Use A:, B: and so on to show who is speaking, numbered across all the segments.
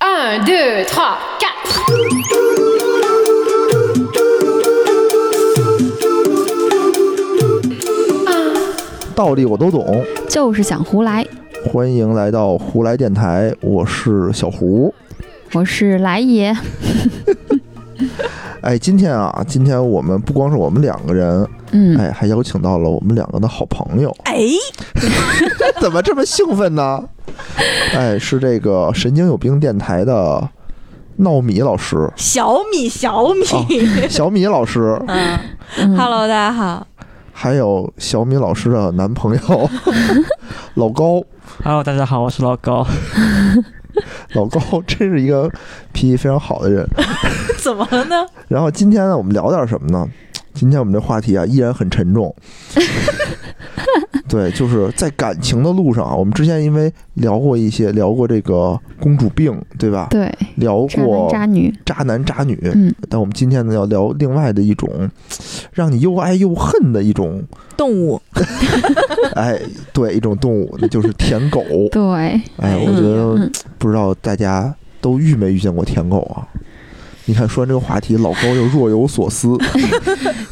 A: 1, 2, 3, 4. Ah,
B: 道理我都懂。
C: 就是想胡来。
B: 欢迎来到胡来电台，我是小胡。
C: 我是来也，
B: 哎，今天啊，今天我们不光是我们两个人，
C: 嗯，
B: 哎，还邀请到了我们两个的好朋友。
D: 哎，
B: 怎么这么兴奋呢？哎，是这个神经有病电台的闹米老师，
D: 小米，小米，
B: 小米老师，
D: 嗯
C: 嗯
D: ，Hello，大家好，
B: 还有小米老师的男朋友老高。
E: Hello，大家好，我是老高。
B: 老高真是一个脾气非常好的人。
D: 怎么了呢？
B: 然后今天呢，我们聊点什么呢？今天我们这话题啊，依然很沉 重。对，就是在感情的路上啊，我们之前因为聊过一些，聊过这个公主病，对吧？
C: 对，
B: 聊
C: 渣男
B: 过
C: 渣女，
B: 渣男渣女，
C: 嗯，
B: 但我们今天呢要聊另外的一种，让你又爱又恨的一 种，
D: 动物，
B: 哎，对，一种动物，那就是舔狗。
C: 对，
B: 哎，我觉得
C: 嗯
B: 不知道大家都遇没遇见过舔狗啊？你看，说完这个话题，老高又若有所 思。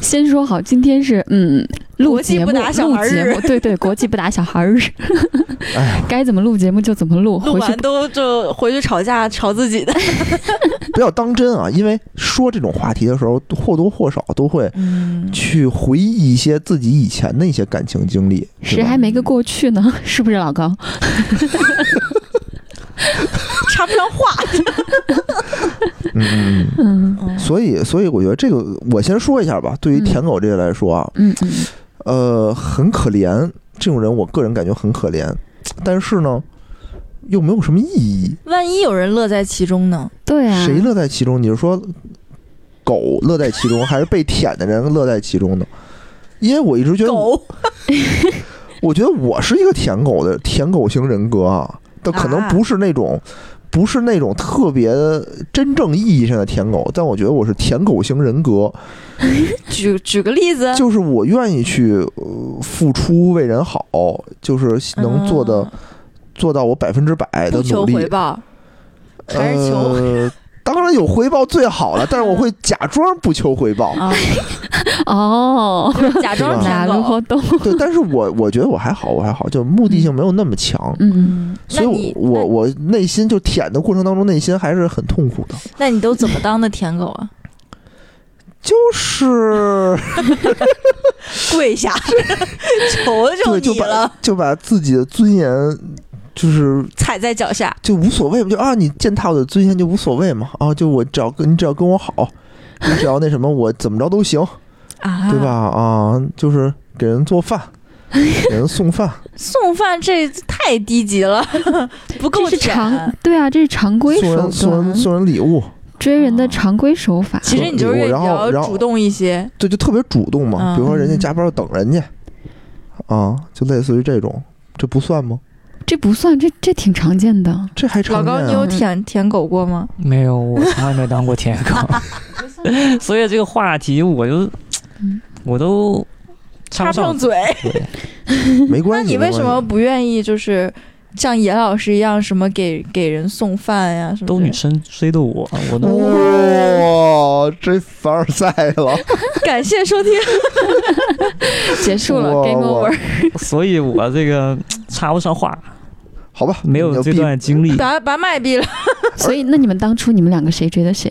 C: 先说好，今天是嗯，录
D: 国际
C: 节目，
D: 不打小
C: 录
D: 孩儿
C: 节目， 对对，国际不打小孩儿日，
B: 哎，
C: 该怎么录节目就怎么录，
D: 录
C: 回去
D: 完都就回去吵架，吵自己的，
B: 不要当真啊，因为说这种话题的时候，或多或少都会
D: 嗯，
B: 去回忆一些自己以前的一些感情经历，是
C: 谁
B: 吧
C: 还？没个过去呢？是不是老高？
D: 插不上话，
B: 嗯嗯。嗯
C: 嗯
B: 所以，所以我觉得这个，我先说一下吧。对于舔狗这个来说啊，
C: 嗯嗯，
B: 呃，很可怜，这种人我个人感觉很可怜，但是呢，又没有什么意义。
D: 万一有人乐在其中呢？
C: 对啊，
B: 谁乐在其中？你是说狗乐在其中，还是被舔的人乐在其中呢？因为我一直觉得我
D: 狗，
B: 我觉得我是一个舔狗的舔狗型人格啊，但可能
D: 啊
B: 不是那种，不是那种特别真正意义上的舔狗，但我觉得我是舔狗型人格，
D: 举举个例子，
B: 就是我愿意去、呃付出为人好，就是能做的、
D: 嗯
B: 做到我百分之百的
D: 不
B: 努
D: 求
B: 力
D: 回，报，还是求
B: 呃，当然有回报最好 了，但是我会假装不求回报。
D: 啊，
C: 哦，
D: 就是 假装
B: 是吧
C: 哪
D: 舔
C: 路
D: 狗
C: 活。动？
B: 对，但是我我觉得我还好，我还好，就目的性没有那么强。
C: 嗯，
D: 嗯，
B: 所
D: 那
B: 以
D: 你
B: 我，我我内心就舔的过程当中，内心还是很痛苦的。
D: 那你都怎么当的舔狗啊？
B: 就是，
D: 跪下， 求求
B: 对，就
D: 你
B: 把
D: 了，
B: 就把自己的尊严，就是
D: 踩在脚下，
B: 就无所谓嘛，就啊，你践踏我的尊严就无所谓嘛，啊，就我只要跟你只要跟我好，你只要那什么，我怎么着都行，
D: 啊
B: 对吧？？啊，就是给人做饭，给人送饭，
D: 送饭这太低级了， 不够
C: 这是
D: 舔
C: 常对啊，这是常规
B: 送
C: 手
B: 人送
C: 段
B: 人，送人礼物，
C: 追人的常规手法。
D: 其实你就是
B: 我
D: 比
B: 然后
D: 较
B: 然后
D: 主动一些，
B: 对，就特别主动嘛。比如说人家
C: 嗯
B: 加班要等人家，啊，就类似于这种，这不算吗？
C: 这不算，这这挺常见的。
B: 这还
D: 老
B: 常见、
D: 高，
B: 啊。
D: 你有舔舔狗过吗？
E: 没有，我从来没当过舔 狗，所以这个话题我就
C: 嗯
E: 我都插
D: 插
E: 不
D: 不上
E: 上。
D: 嘴。
E: 对，
B: 没
D: 那
B: 关系。
D: 你为
B: 没关
D: 什
B: 系
D: 么不愿意就是像野老师一样，什么给给人送饭呀什么的？
E: 都女生追的我，我都
B: 嗯哇，这凡尔 赛了！
D: 感谢收听，
C: 结束了
B: 哇
C: ，Game
B: 哇
C: Over。
E: 所以我这个插不上话，
B: 好吧，
E: 没有
B: 你就
E: 这
B: 闭
E: 段经历。
D: 把把麦闭了，
C: 所以，那你们当初你们两个谁追的谁？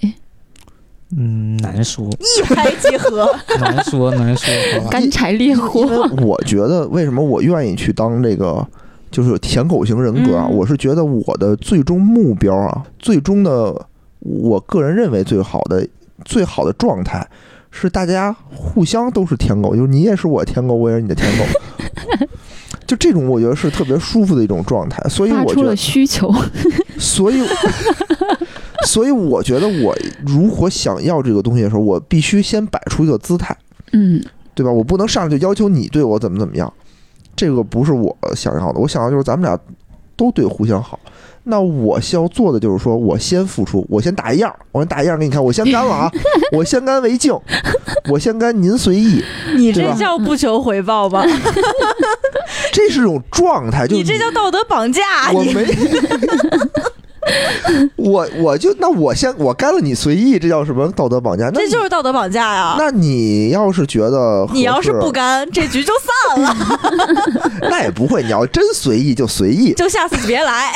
E: 嗯，难说，
D: 一拍即合。
E: 难 说，难说。好吧
C: 干柴烈
B: 啊因为
C: 火。
B: 我觉得为什么我愿意去当这个就是舔狗型人格啊？
D: 嗯
B: 我是觉得我的最终目标啊，最终的我个人认为最好的最好的状态。是大家互相都是舔狗，就是你也是我的舔狗，我也是你的舔狗，就这种我觉得是特别舒服的一种状态，所以
C: 发
B: 我觉
C: 出
B: 得
C: 了需求，
B: 所以，所以我觉得我如果想要这个东西的时候，我必须先摆出一个姿态，
C: 嗯，
B: 对吧？我不能上来就要求你对我怎么怎么样，这个不是我想要的。我想要就是咱们俩都对互相好。那我需要做的就是说，我先付出，我先打一样，我先打一样给你看，我先干了啊，我先干为敬，我先干您随意，
D: 你
B: 对
D: 这
B: 吧
D: 叫不求回报吧？
B: 这是一种状态，就是哎
D: 你这叫道德绑架！
B: 我
D: 你
B: 没，我我就那我先我干了你随意，这叫什么道德绑架？那
D: 这就是道德绑架呀！
B: 那你要是觉得合
D: 你要
B: 适
D: 是不，干，这局就散了，
B: 那也不会。你要真随意就随意，
D: 就下次别来。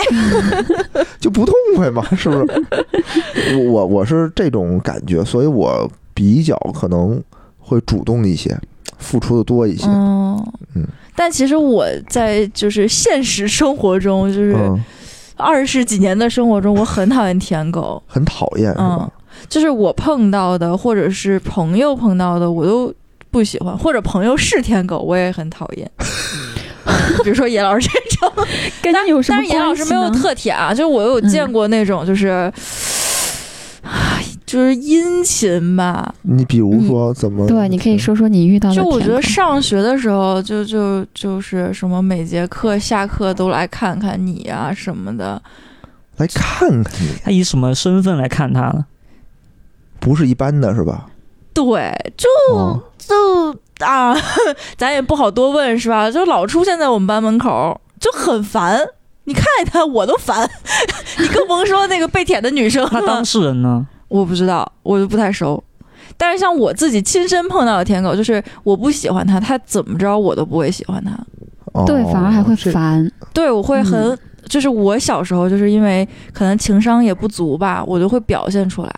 B: 就不痛快 嘛，是不是？我我我是这种感觉，所以我比较可能会主动一些，付出的多一些。
D: 嗯
B: 嗯
D: 但其实我在就是现实生活中，就是
B: 嗯，
D: 二十几年的生活中，我很讨厌舔狗，嗯
B: 很讨
C: 嗯
B: 厌是吧？
D: 就是我碰到的或者是朋友碰到的，我都不喜欢，或者朋友是舔狗，我也很讨厌。 比如说 野老师这种，
C: 跟你有什
D: 但
C: 么
D: 是严老
C: 嗯关
D: 师
C: 系
D: 没有
C: 呢？
D: 特舔啊，就是我有见过那种就是，唉就是殷勤吧。
B: 你比如说怎么？
C: 嗯对，你可以说说你遇到的
D: 就
C: 啊舔狗。
D: 我觉得上学的时候就，就就是什么每节课下课都来看看你啊什么的，
B: 来看看你，
E: 他以什么身份来看他呢？
B: 不是一般的是吧？
D: 对，就
B: 哦，
D: 就啊， 咱也不好多问是吧？就老出现在我们班门口，就很烦。你看见他我都烦， 你更甭说那个被舔的女生
E: 那
D: 了
E: 当。事人呢？
D: 我不知道，我就不太熟。但是像我自己亲身碰到的舔狗，就是我不喜欢他，他怎么着我都不会喜欢他。
B: 哦
C: 对，反而还会
B: 这
C: 烦。
D: 对，我会很，
C: 嗯
D: 就是我小时候就是因为可能情商也不足吧，我就会表现出来，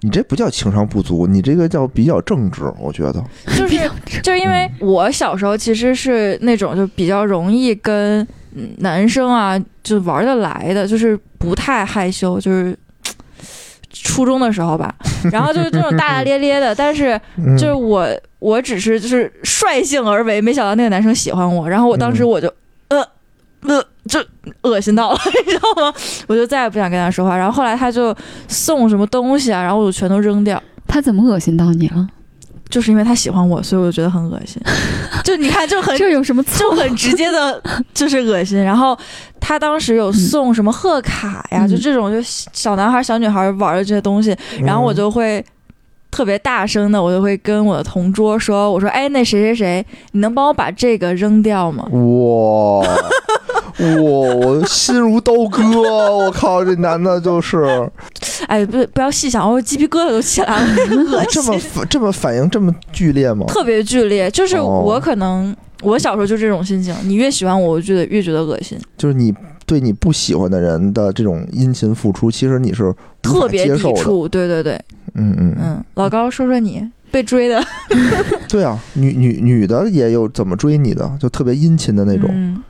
B: 你这不叫情商不足，你这个叫比较正直，我觉得。
D: 就
C: 比
D: 是
C: 较直
D: 就是因为
B: 嗯
D: 我小时候其实是那种就比较容易跟嗯男生啊就玩得来的，就是不太害羞，就是。初中的时 候吧，然后就是这种大大咧咧的，但是
B: 嗯、
D: 就是我，我只是就是率性而为，没想到那个男生喜欢我，然后我当时
B: 嗯
D: 我就，呃，呃，就恶心到了， 你知道吗？我就再也不想跟他说话。然后后来他就送什么东西啊，然后我就全都扔掉，
C: 他怎么恶心到你了？
D: 就是因为他喜欢我，所以我就觉得很恶 心。就你看，就很
C: 这有什么错
D: 就？很直接的，就是恶心。然后他当
B: 嗯
D: 时有送什么贺卡呀，
C: 嗯
D: 就这种就小男孩、小女孩玩的这些东西，然
B: 嗯
D: 后我就会特别大声的，我就会跟我的同桌说：“我说，哎，那谁谁谁，你能帮我把这个扔掉吗
B: 哇哇，我心如刀割，我靠，这男的就是？”
D: 哎，不，不要细想，我鸡皮疙瘩都起来了，恶
B: 这么
D: 心，
B: 反这么反应这么剧烈吗？
D: 特别剧烈。就是
B: 哦
D: 我可能我小时候就这种心情，你越喜欢我，我就得越觉得恶心，
B: 就是你对你不喜欢的人的这种殷勤付出，其实你是无法
D: 特别
B: 接受
D: 抵
B: 的。
D: 触。对对对，
B: 嗯嗯嗯，
D: 嗯，老高，说说你被追的
B: 对啊，女女女的也有怎么追你的，就特别殷勤的那种，
D: 嗯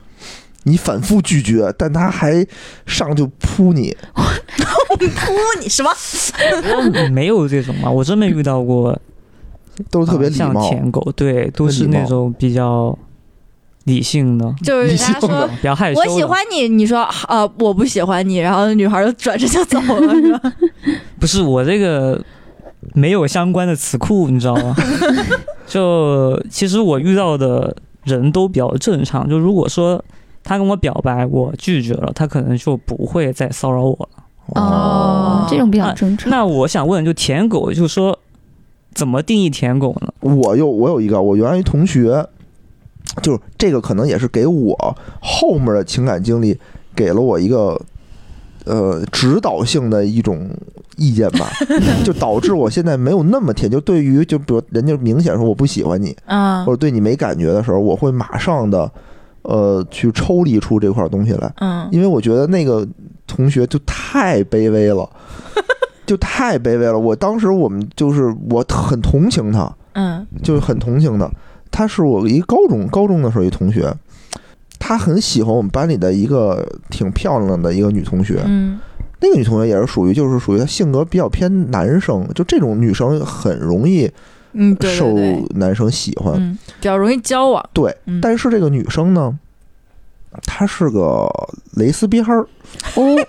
B: 你反复拒绝，但他还上就扑你。
D: 扑你什么？
E: 没有这种嘛，啊我真没遇到过。
B: 都是特别
D: 哦
E: 啊
B: 礼
E: 像
B: 貌，
E: 舔狗，对，都是那种比较理性的，
D: 就是
B: 理
D: 人
B: 性
D: 家说
B: 的。
E: 比较害羞
D: 我
E: 的。
D: 喜欢你，你说呃我不喜欢你，然后女孩就转身就走了，是吧？
E: 不是我这个没有相关的词库，你知道吗？就其实我遇到的人都比较正常，就如果说他跟我表白，我拒绝了，他可能就不会再骚扰我了。
D: 哦
C: 这种比较
E: 啊
C: 正常。
E: 那我想问，就舔狗，就说怎么定义舔狗呢？
B: 我有我有一个，我原来一同学，就是这个可能也是给我后面的情感经历给了我一个呃指导性的一种意见吧，就导致我现在没有那么甜。就对于就比如人家明显说我不喜欢你，
D: 嗯
B: 或者对你没感觉的时候，我会马上的呃去抽离出这块东西来。
D: 嗯，
B: 因为我觉得那个同学就太卑微了，就太卑微了。我当时我们就是我很同情他，
D: 嗯
B: 就是很同情他。他是我一高中高中的时候一同学，他很喜欢我们班里的一个挺漂亮的一个女同学。
D: 嗯
B: 那个女同学也是属于就是属于她性格比较偏男生，就这种女生很容易
D: 嗯，对
B: 受
D: 对对，
B: 男生喜欢。
D: 嗯，比较容易交往，
B: 对
D: 嗯，
B: 但是这个女生呢，她是个蕾丝边儿。
C: 哦，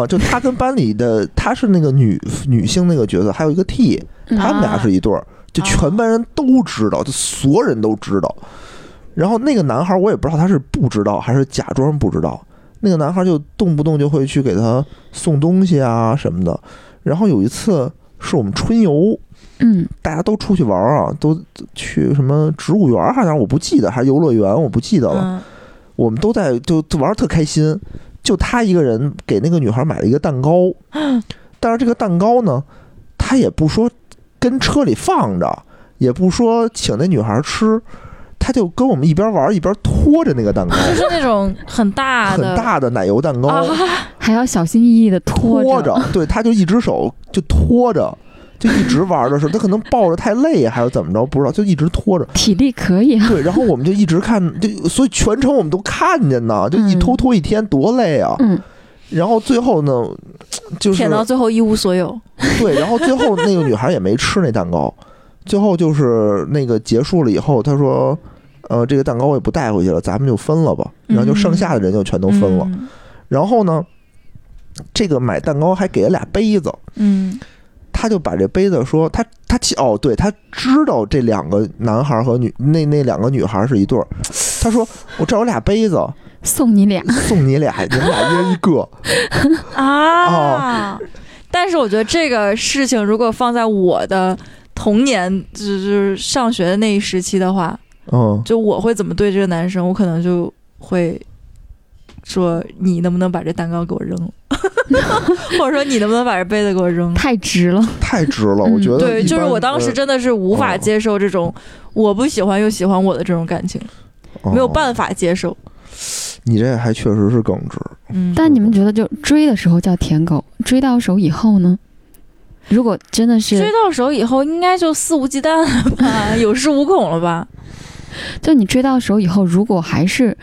B: 哦、就他跟班里的他是那个女女性那个角色，还有一个 T，
C: 嗯
B: 他们俩是一对儿，就
D: 啊
B: 全班人都知道，就所有人都知道。然后那个男孩儿我也不知道他是不知道还是假装不知道，那个男孩儿就动不动就会去给他送东西啊什么的。然后有一次是我们春游，
C: 嗯，
B: 大家都出去玩儿啊，都去什么植物园儿，好像我不记得，还是游乐园，我不记得了。
D: 嗯
B: 我们都在就就玩儿特开心，就他一个人给那个女孩买了一个蛋糕，但是这个蛋糕呢，他也不说跟车里放着，也不说请那女孩吃，他就跟我们一边玩一边拖着那个蛋糕，
D: 就是那种很大
B: 很
D: 的
B: 大的奶油蛋糕，
D: 啊，
C: 还要小心翼翼的拖
B: 拖
C: 着，哦
B: 对，他就一只手就拖着。就一直玩的时候，他可能抱着太累呀还是怎么着，不知道，就一直拖着。
C: 体力可以啊。
B: 对，然后我们就一直看，就所以全程我们都看见呢，就一
C: 嗯
B: 拖拖一天，多累啊！
C: 嗯，
B: 然后最后呢，就是
D: 舔到最后一无所有，
B: 对，然后最后那个女孩也没吃那蛋糕，最后就是那个结束了以后，她说：“呃，这个蛋糕我也不带回去了，咱们就分了吧。”然后就剩下的人就全都分了。
D: 嗯
B: 然后呢，这个买蛋糕还给了俩杯子，
D: 嗯，
B: 他就把这杯子说他他其哦，对他知道这两个男孩和女那那两个女孩是一对儿，他说我这儿有俩杯子，
C: 送你
D: 嗯
C: 俩，
B: 送你俩，你们俩一人一个。哦
D: 啊。但是我觉得这个事情如果放在我的童年，就是上学的那一时期的话，
B: 嗯，
D: 就我会怎么对这个男生，我可能就会说你能不能把这蛋糕给我扔 了，或者说你能不能把这杯子给我扔了。
C: 太值了。
B: 太值了，我
C: 嗯
B: 觉得
D: 对，
B: 一
D: 就是
B: 般
D: 我当时
B: 呃
D: 真的是无法
B: 哦
D: 接受这种我不喜欢又喜欢我的这种感情，没有
B: 哦
D: 办法接受。
B: 你这还确实是耿直，
D: 嗯，
C: 但你们觉得，就追的时候叫舔狗，追到手以后呢？如果真的
D: 追
C: 是，
D: 到手以后，应该就肆无忌惮了吧，有恃无恐了吧？
C: 就你追到手以后，如果还是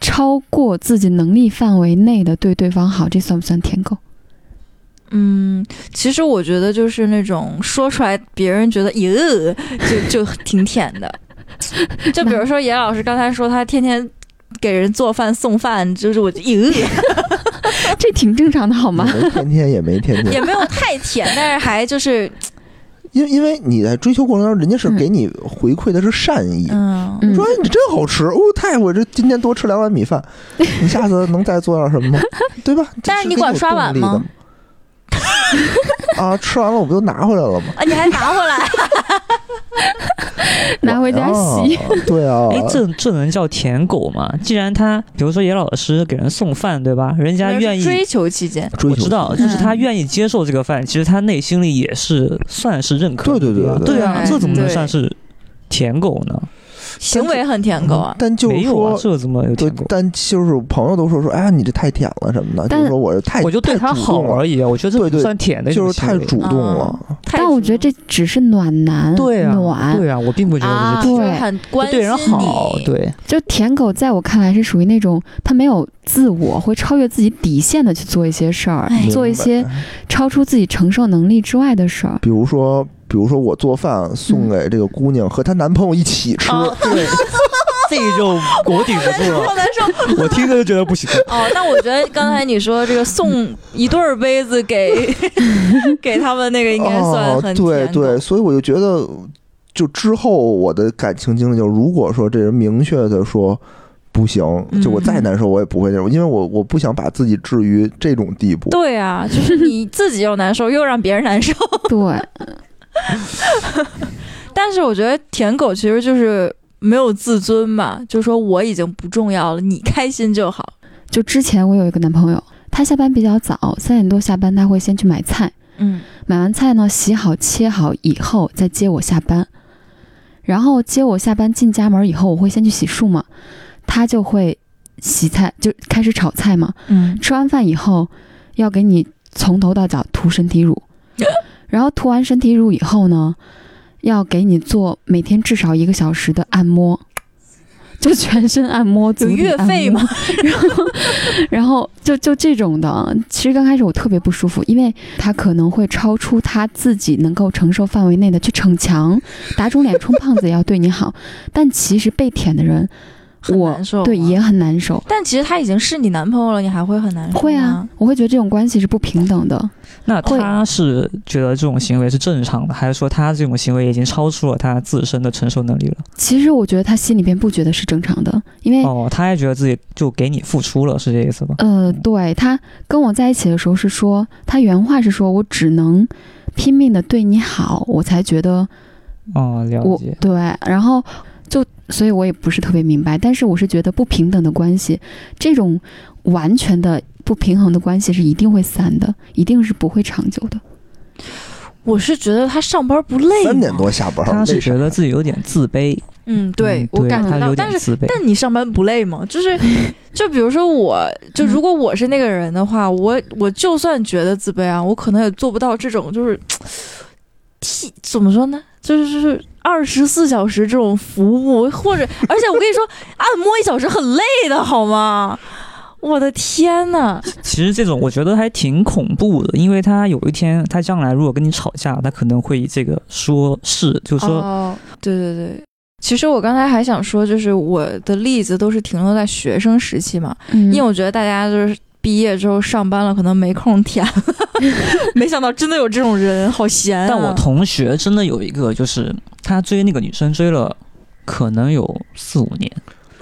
C: 超过自己能力范围内的对对方好，这算不算舔狗？
D: 嗯，其实我觉得就是那种说出来别人觉得哟，就就挺舔 的。就比如说严老师刚才说他天天给人做饭送饭，就是我就呃哟，
C: 这挺正常的，好吗？
B: 也没天天也没天
D: 也
B: 天，
D: 没有太舔，但是还就是
B: 因为因为你在追求过程当中，人家是
C: 嗯
B: 给你回馈的是善意。
D: 嗯，
C: 嗯
B: 说，哎你真好吃哦！太我这今天多吃两碗米 饭，你下次能再做点什么吗？ 对吧？这
D: 但是你
B: 给
D: 管
B: 有
D: 刷
B: 动
D: 碗
B: 力的
D: 吗
B: 嘛？ 啊，吃完了我不就拿回来了吗？
D: 啊，你还拿回来，
C: 拿回家洗。
B: 啊。 对啊，
E: 哎，这这能叫舔狗吗？既然他，比如说野老师给人送饭，对吧？人家愿意，
D: 追求期间，
B: 追
E: 我
B: 求
E: 知道，
B: 自己
E: 就是
D: 嗯
E: 他愿意接受这个饭，其实他内心里也是算是认可
B: 对对
E: 你的呀
B: 对对
E: 对啊，
D: 对
E: 这怎么能
D: 对
E: 算是舔狗呢？
D: 行为很舔狗啊。
B: 但就是
E: 没有啊，
B: 说，
E: 这怎么有
B: 对
E: 舔狗，？
B: 但就是朋友都说说，哎呀，你这太舔了什么的，就
C: 但
B: 是说我是太
E: 我就对
B: 太
E: 他
B: 主
E: 好
B: 动了，
E: 而已啊，我觉得
B: 对
E: 这不
B: 对
E: 算舔的一
B: 就
E: 种
B: 是
E: 行
B: 太
E: 为，
B: 主动了。
D: 太
C: 但我觉得
D: 主
C: 这只是暖男，
E: 对啊，
C: 暖，
E: 对啊，我并不觉得
D: 嗯啊，
E: 这
C: 对
E: 是
D: 就是很关
E: 就
D: 心
E: 对人好，
D: 你，
E: 对，
C: 就舔狗，在我看来是属于那种他没有自我，会超越自己底线的去做一些事儿
D: 哎，
C: 做一些
B: 明白
C: 超出自己承受能力之外的 事儿。
B: 比如说，比如说我做饭
D: 嗯
B: 送给这个姑娘和她男朋友一起吃，
D: 啊
E: 对，这就我顶 不住
D: 好
E: 了，
D: 难受。
E: 我听着就觉得不行。
D: 哦，那我觉得刚才你说这个送一对儿杯子给 给他们那个应该算
B: 哦
D: 很，
B: 对
D: 甜的
B: 对，所以我就觉得，就之后我的感情经历，就如果说这人明确的说不行，就我再
D: 嗯
B: 难受我也不会那种，因为我我不想把自己置于这种地步。
D: 对啊，就是你自己又难受，又让别人难受。
C: 对，
D: 但是我觉得舔狗其实就是没有自尊嘛，就说我已经不重要了，你开心就好。
C: 就之前我有一个男朋友，他下班比较早，三点多下班，他会先去买菜，
D: 嗯，
C: 买完菜呢，洗好切好以后再接我下班，然后接我下班进家门以后，我会先去洗漱嘛，他就会洗菜，就开始炒菜嘛，
D: 嗯，
C: 吃完饭以后要给你从头到脚涂身体乳， 然后涂完身体乳以后呢，要给你做每天至少一个小时的按摩，就全身按摩，足底
D: 月
C: 按
D: 费
C: 摩
D: 吗？
C: 然后， 然后就就这种的，其实刚开始我特别不舒服，因为他可能会超出他自己能够承受范围内的去逞强，打肿脸充胖子也要对你好，但其实被舔的人，
D: 很
C: 我
D: 难受啊
C: 对也很难受。
D: 但其实他已经是你男朋友了，你还会很难受吗？
C: 会啊，我会觉得这种关系是不平等的。
E: 那
D: 会
E: 他是觉得这种行为是正常的，还是说他这种行为已经超出了他自身的承受能力了？
C: 其实我觉得他心里边不觉得是正常的，因
D: 哎
C: 为、
E: 哦，他还觉得自己就给你付出了，是这意思吧？
C: 呃，对他跟我在一起的时候是说，他原话是说我只能拼命的对你好，我才觉得
E: 哦，了
C: 我
E: 解。
C: 对，然后就所以我也不是特别明白，但是我是觉得不平等的关系，这种完全的不平衡的关系是一定会散的，一定是不会长久的。
D: 我是觉得他上班不累吗，
B: 三点多下班，
E: 他是
B: 为啥
E: 觉得自己有点自卑，
D: 嗯，对
E: 嗯
D: 我感觉
E: 他
D: 到，
E: 有
D: 但
E: 点
D: 是
E: 自卑。
D: 但你上班不累吗？就是，就比如说我，就如果我是那个人的话，我我就算觉得自卑啊，我可能也做不到这种就是替怎么说呢？就是就是二十四小时这种服务，或者而且我跟你说， 按摩一小时很累的好吗？我的天呐！
E: 其实这种我觉得还挺恐怖的，因为他有一天他将来如果跟你吵架，他可能会以这个说事，就是说
D: 哦，对对对。其实我刚才还想说，就是我的例子都是停留在学生时期嘛，
C: 嗯
D: 因为我觉得大家就是毕业之后上班了，可能没空舔。 没想到真的有这种人，好闲、啊。
E: 但我同学真的有一个，就是他追那个女生追了。可能有四五年，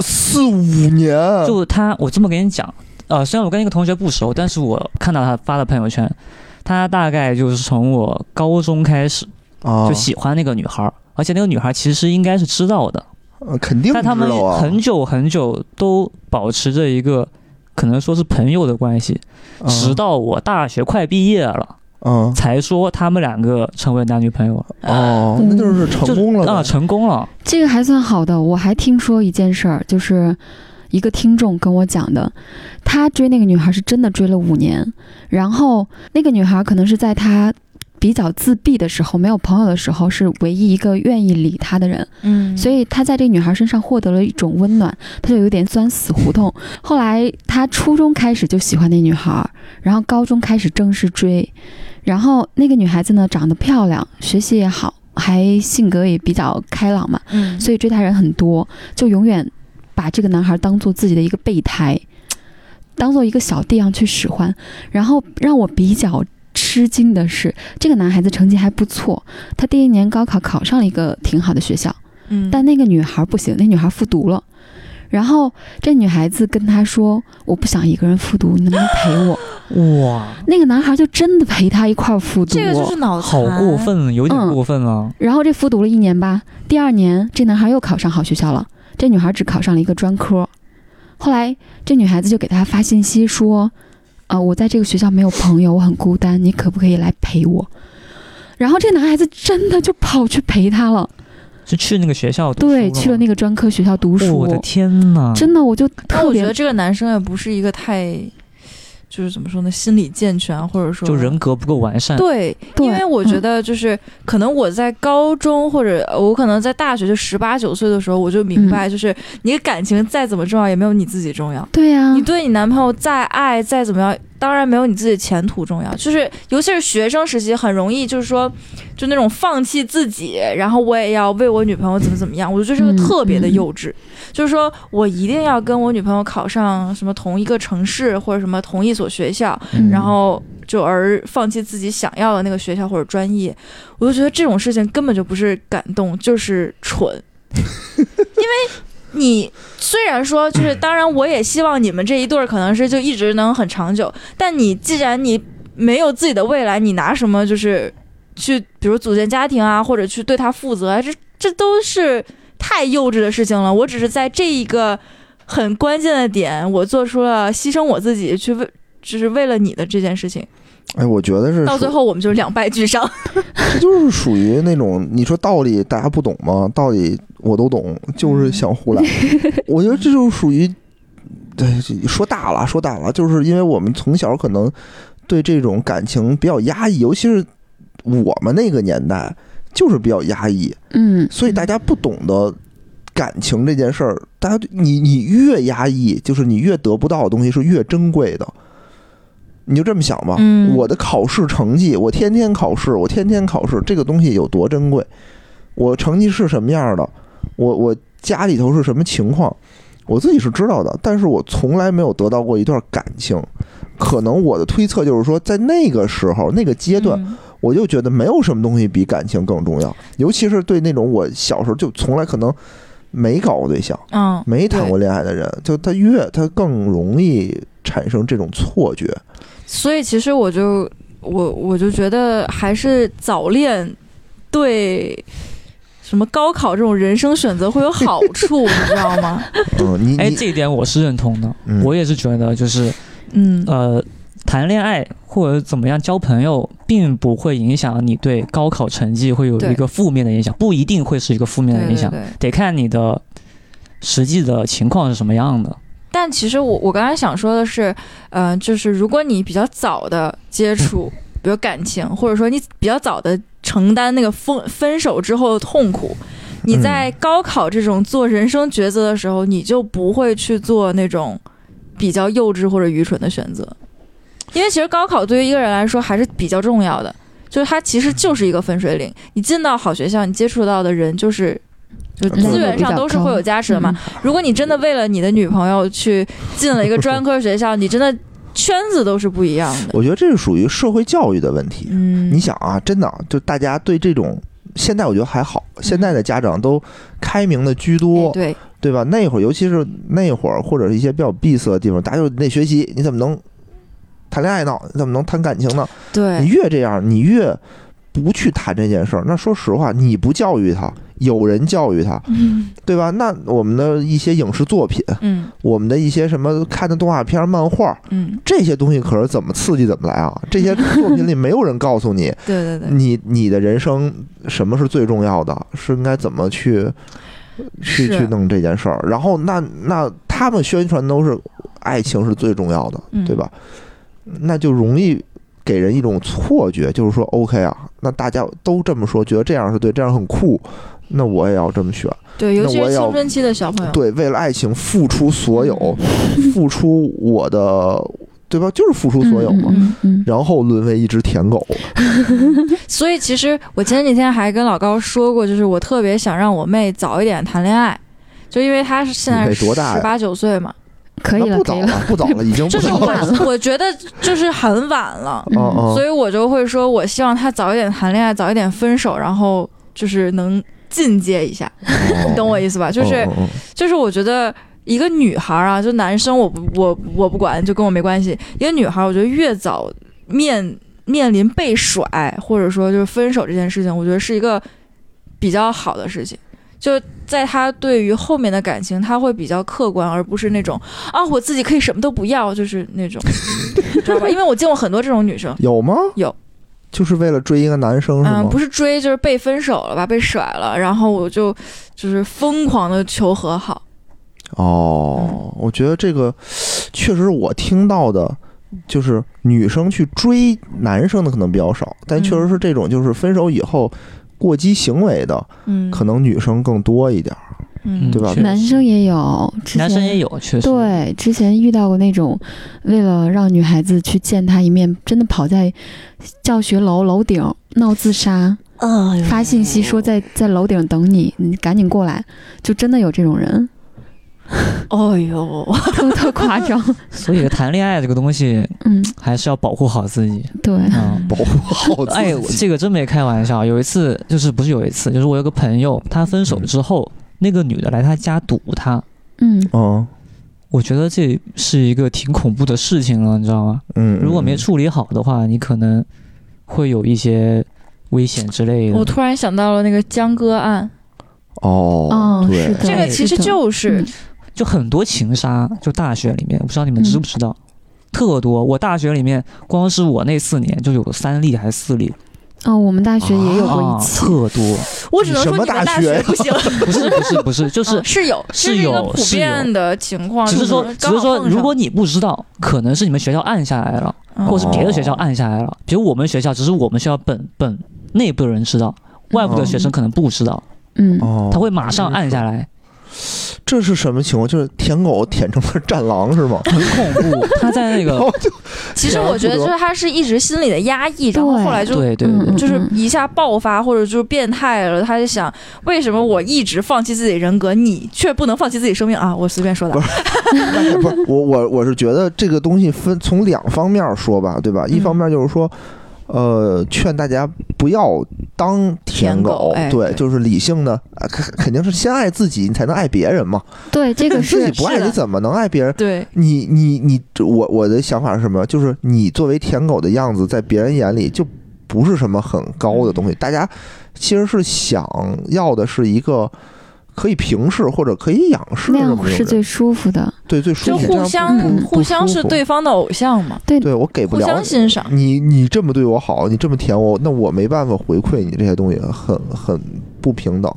B: 四五年，
E: 就他，我这么跟你讲，呃，虽然我跟那个同学不熟，但是我看到他发的朋友圈，他大概就是从我高中开始
B: 啊
E: 就，喜欢那个女孩儿，而且那个女孩儿其实应该是知道的，
B: 呃肯定
E: 但他们
B: 知道啊
E: 很久很久都保持着一个可能说是朋友的关系，
B: 啊
E: 直到我大学快毕业了，
B: 啊
E: 才说他们两个成为男女朋友了，
B: 哦，
C: 嗯
B: 那就是成功了
E: 就啊，
B: 呗
E: 成功了，
C: 这个还算好的，我还听说一件事儿，就是一个听众跟我讲的，他追那个女孩是真的追了五年，然后那个女孩可能是在他比较自闭的时候，没有朋友的时候，是唯一一个愿意理他的人，
D: 嗯，
C: 所
D: 以
C: 以他在这个女孩身上获得了一种温暖，他就有点钻死胡同。后来他初中开始就喜欢那女孩，然后高中开始正式追，然后那个女孩子呢长得漂亮，学习也好，还性格也比较开朗嘛。
D: 嗯，
C: 所以追他人很多，就永远把这个男孩当做自己的一个备胎，当做一个小弟样去使唤。然后让我比较吃惊的是，这个男孩子成绩还不错，他第一年高考考上了一个挺好的学校，
D: 嗯，
C: 但那个女孩不行，那女孩复读了。然后这女孩子跟他说：“我不想一个人复读，你能不能陪我
E: 哇，？”
C: 那个男孩就真的陪他一块儿复读。
D: 这个就是脑
E: 好
D: 残
E: 过。分，有点
C: 嗯
E: 过分啊了，
C: 然后这复读了一年吧，第二年这男孩又考上好学校了，这女孩只考上了一个专科。后来这女孩子就给他发信息说：“啊、我在这个学校没有朋友，我很孤单，你可不可以来陪我？”然后这男孩子真的就跑去陪她了，
E: 是去那个学校读书
C: 对，去了那个专科学校读
E: 哦
C: 书。
E: 我的天啊呐，
C: 真的，我就
D: 但
C: 特
D: 我
C: 别
D: 觉得这个男生也不是一个太，就是怎么说呢，心理健全，或者说
E: 就人格不够完善，
D: 对，
C: 对
D: 因为我
C: 嗯
D: 觉得就是、可能我在高中或者呃我可能在大学就十八九岁的时候，我就
C: 嗯
D: 明白，就是你的感情再怎么重要，也没有你自己重要。
C: 对啊呀、
D: 你
E: 嗯
D: 对你男朋友再爱再怎么样，当然没有你自己的前途重要。就是尤其是学生时期，很容易就是说，就那种放弃自己，然后我也要为我女朋友怎么怎么样。我觉得这个
C: 嗯
D: 特别的
C: 嗯
D: 幼稚，就是说我一定要跟我女朋友考上什么同一个城市或者什么同一所学校，
E: 嗯
D: 然后就而放弃自己想要的那个学校或者专业，我就觉得这种事情根本就不是感动，就是蠢。因为你虽然说就是，当然我也希望你们这一对儿可能是就一直能很长久，但你既然你没有自己的未来，你拿什么就是去比如组建家庭啊，或者去对他负责啊，这这都是太幼稚的事情了。我只是在这一个很关键的点，我做出了牺牲我自己去为。就是为了你的这件事情，
B: 哎，我觉得是
D: 到最
B: 属
D: 后我们就两败俱 伤。
B: 这就是属于那种你说道理大家不懂吗？道理我都懂，就是想胡来。我觉得这就属于，对，说大了说大了，就是因为我们从小可能对这种感情比较压抑，尤其是我们那个年代就是比较压抑，
C: 嗯，
B: 所以大家不懂得感情这件事儿，大家就你你越压抑，就是你越得不到的东西是越珍贵的。你就这么想吧，
D: 嗯
B: 我的考试成绩，我天天考试，我天天考试，这个东西有多珍贵？我成绩是什么样的？我我家里头是什么情况？我自己是知道的，但是我从来没有得到过一段感情。可能我的推测就是说，在那个时候、那个阶段，
D: 嗯
B: 我就觉得没有什么东西比感情更重要，尤其是对那种我小时候就从来可能没搞过对象、
D: 嗯，
B: 没谈过恋爱的人，就他越他更容易产生这种错觉。
D: 所以其实我就我我就觉得还是早恋对什么高考这种人生选择会有好处，你知道吗？
B: 嗯，你
E: 哎，
B: 你
E: 这一点我是认同的，
B: 嗯
E: 我也是觉得就是
D: 嗯，
E: 呃，谈恋爱或者怎么样交朋友，并不会影响你对高考成绩会有
D: 对
E: 一个负面的影响，不一定会是一个负面的
D: 对
E: 影
D: 对
E: 响，
D: 对。
E: 得看你的实际的情况是什么样的。
D: 但其实我我刚才想说的是，嗯、就是如果你比较早的接触，比如感情，或者说你比较早的承担那个分分手之后的痛苦，你在高考这种做人生抉择的时候，你就不会去做那种比较幼稚或者愚蠢的选择，因为其实高考对于一个人来说还是比较重要的，就是它其实就是一个分水岭，你进到好学校，你接触到的人就是。就
B: 嗯
D: 呃资源上都是会有加持的嘛，如果你真的为了你的女朋友去进了一个专科学校，你真的圈子都是不一样的。
B: 我觉得这是属于社会教育的问题。
D: 嗯，
B: 你想啊，真的啊就大家对这种现在我觉得还好，现在的家长都开明的居多，
D: 哎对，
B: 对吧？那会儿，尤其是那会儿，或者是一些比较闭塞的地方，大家就得学习，你怎么能谈恋爱呢？你怎么能谈感情呢？你
D: 对，
B: 越这样，你越不去谈这件事儿。那说实话，你不教育他，有人教育他，
D: 嗯
B: 对吧？那我们的一些影视作品，
D: 嗯
B: 我们的一些什么看的动画片、漫画，
D: 嗯，
B: 这些东西可是怎么刺激怎么来啊！这些作品里没有人告诉你，
D: 对对对，
B: 你你的人生什么是最重要的，是应该怎么去去
D: 是
B: 去弄这件事儿。然后那那他们宣传都是爱情是最重要的，
D: 嗯
B: 对吧？那就容易给人一种错觉，就是说 OK 啊，那大家都这么说，觉得这样是对，这样很酷，那我也要这么选。
D: 对，
B: 那
D: 尤其
B: 我
D: 是
B: 也要
D: 青春期的小朋友，
B: 对，为了爱情付出所有，
D: 嗯
B: 付出我的，对吧？就是付出所有嘛。
C: 嗯嗯
B: 然后沦为一只舔狗，
D: 所以其实我前几天还跟老高说过，就是我特别想让我妹早一点谈恋爱，就因为她是现在
B: 你妹多大呀
D: 十八九岁嘛，
C: 可以
B: 那
C: 了
B: 不，
C: 可
B: 早
C: 以了。
B: 不早了，已经
D: 就
B: 不
D: 是
B: 早了。
D: 我我觉得就是很晚了，
C: 嗯
B: 嗯嗯，
D: 所以我就会说，我希望她早一点谈恋爱，早一点分手，然后就是能进阶一下。
B: 你
D: 你懂我意思吧？就是、
B: 嗯嗯
D: 就是，我觉得一个女孩儿啊，就男生我不我我不管，就跟我没关系。一个女孩儿，我觉得越早面面临被甩或者说就是分手这件事情，我觉得是一个比较好的事情。就在她对于后面的感情，她会比较客观，而不是那种啊我自己可以什么都不要，就是 那种，你知道吧？因为我见过很多这种女生，
B: 有吗？
D: 有，
B: 就是为了追一个男生是吗？
D: 嗯，不是追就是被分手了吧，被甩了，然后我就就是疯狂的求和好，
E: 嗯
B: 哦，我觉得这个确实我听到的，就是女生去追男生的可能比较少，但
D: 嗯
B: 确实是这种就是分手以后过激行为的，
D: 嗯，
B: 可能女生更多一点儿。
D: 嗯
B: 对吧
E: 确实
C: 男生也有，之前
E: 男生也有，确实。
C: 对，之前遇到过那种，为了让女孩子去见他一面，真的跑在教学楼楼顶闹自杀，
D: 哎嗯
C: 发信息说在在楼顶等你，你赶紧过来，就真的有这种人，
D: 哦呦，
C: 特特夸张。
E: 所以谈恋爱这个东西
C: 嗯，
E: 还是要保护好自己
C: 对，
E: 啊。
B: 保护好自己，
E: 哎，我这个真没开玩笑。有一次，就是不是有一次，就是我有个朋友，他分手之后，那个女的来他家堵他，
C: 嗯，
B: 嗯
E: 我觉得这是一个挺恐怖的事情了，你知道吗？
B: 嗯，
E: 如果没处理好的话，你可能会有一些危险之类
D: 我
E: 的。
D: 突然想到了那个江歌案，
B: 哦
C: 哦，，是
B: 对，
C: 的，
D: 这个其实就是
C: 嗯
E: 就很多情杀，就大学里面，我不知道你们知不知道，
D: 嗯
E: 特多。我大学里面，光是我那四年就有三例还是四例，
C: 哦，我们大学也有过
E: 啊，
C: 一次，
E: 特多。
D: 我只能
B: 你什
D: 说你
B: 么
D: 们
B: 大
D: 大
B: 学呀
D: 学 不行，
E: 不是不是不 是，就是
D: 嗯是有，
E: 是
D: 这一个
E: 有
D: 普
E: 是
D: 遍
E: 有
D: 的情况，
E: 只是说，
D: 可能
E: 只
D: 啊刚
E: 是
D: 好
E: 说，
D: 碰
E: 如
D: 上
E: 果你不知道，可能是你们学校按下来了，
D: 嗯
E: 或者是别的学校按下来了。比如我们学校，只是我们学校本本内部的人知道，外
D: 嗯
E: 部的学生可能不知道，
C: 嗯，
B: 哦，
E: 他会马上按下来，
B: 这是什么情况？就是舔狗舔成了战狼是 吗？
E: 很恐怖。他在那
B: 然
E: 个，
B: 后就
D: 其实我觉得就是他是一直心里的压抑，然后
C: 对
D: 后来 就。
E: 对对对
C: 嗯，
D: 就是一下爆发，或者就是变态了。他就想，为什么我一直放弃自己人格，你却不能放弃自己生命啊？我随便说的
B: 不。那 不是我我我是觉得这个东西分从两方面儿说吧，对吧？一方面就是说，呃，劝大家不要当舔
D: 舔狗哎
B: 对，
D: 对
B: 就是理性的，啊肯肯定是先爱自己，你才能爱别人嘛。
C: 对，这个
B: 你嗯自
C: 是
B: 己不爱，
D: 的
B: 你怎么能爱别人？
D: 对，
B: 你你你，我我的想法是什么？就是你作为舔狗的样子，在别人眼里就不是什么很高的东西，大家其实是想要的是一个可以平视或者可以仰视
C: 那
B: 的这么一
C: 样是
B: 个人，
C: 最舒服的。
B: 对最舒
D: 就
B: 服，这样
D: 互
B: 不
D: 相
B: 不嗯不
D: 互相
B: 舒
D: 是
B: 服
D: 对方的偶像嘛，
B: 对我给不
D: 互
B: 了
D: 相
B: 你
D: 欣赏。
B: 你你这么对我好，你这么舔我，那我没办法回馈你这些东西，很很不平等。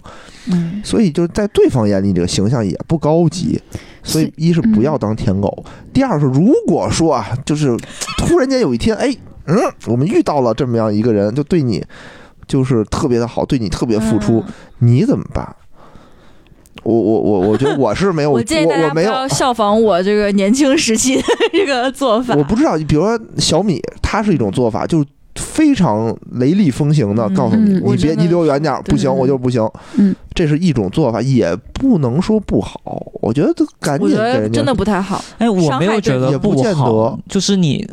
D: 嗯，
B: 所以就是在对方眼里，这个形象也不高级。所以
C: 是
B: 一是
C: 嗯
B: 不要当舔狗，第二是如果说啊，就是突然间有一天，哎，嗯，我们遇到了这么样一个人，就对你就是特别的好，对你特别付出，
D: 嗯
B: 你怎么办？我我我我觉得我是没有，我
D: 我建议大
B: 我
D: 家不
B: 没有。
D: 要效仿我这个年轻时期的 这个做法。
B: 我不知道，比如说小米，它是一种做法，就是非常雷厉风行的
D: 嗯
B: 告诉你，
C: 嗯
B: 你
D: 我
B: 别
D: 真的
B: 你离我远点儿，
D: 对
B: 不行，我就不行。
C: 嗯，
B: 这是一种做法，也不能说不好。我觉得赶
D: 我
B: 紧
D: 觉
B: 给
D: 得
B: 人家
D: 真的不太好。
E: 哎，我
D: 伤
E: 没
D: 害
E: 有
D: 对
E: 觉
D: 方
E: 得
B: 也不见
E: 好
B: 得，
E: 就是你，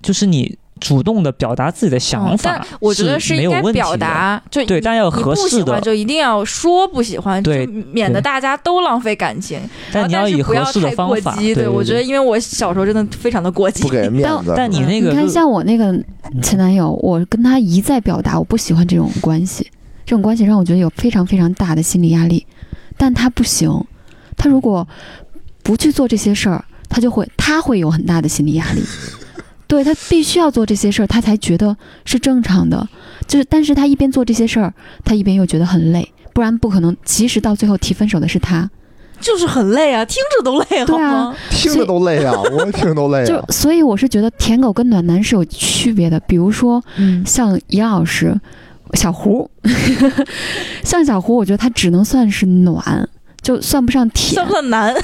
E: 就是你主动的表达自己的想
D: 嗯
E: 法，
D: 但我觉得
E: 是
D: 应
E: 没有
D: 该
E: 问题
D: 表
E: 的。
D: 达，就
E: 对，
D: 你
E: 但要有
D: 你
E: 合
D: 不喜
E: 适
D: 欢
E: 的，
D: 就一定要说不喜欢，
E: 对
D: 就免得
E: 对
D: 大家都浪费感情。然
E: 但
D: 后
E: 你
D: 但
E: 要
D: 是
E: 以
D: 不
E: 合
D: 要
E: 适的
D: 太
E: 方
D: 过
E: 法。
D: 激。
E: 对
D: 对，我觉得，因为我小时候真的非常的过激
B: 不给。人面子。嗯
E: 但你那
C: 你
E: 个
C: 看，
E: 就
C: 像我那个前男友，我跟他一再表达我不喜欢这种关系，这种关系让我觉得有非常非常大的心理压力，但他不行，他如果不去做这些事儿，他就会他会有很大的心理压 力。对他必须要做这些事儿，他才觉得是正常的。就是，但是他一边做这些事儿，他一边又觉得很累，不然不可能。其实到最后提分手的是他，
D: 就是很累啊，听着都累，好
C: 对啊
D: 吗？
B: 听着都累啊，我听都累
C: 就
B: 啊。
C: 所以我是觉得舔狗跟暖男是有区别的。比如说，
D: 嗯，
C: 像杨老师、小胡， 像小胡，我觉得他只能算是暖，就算不上舔
D: 算，不算难？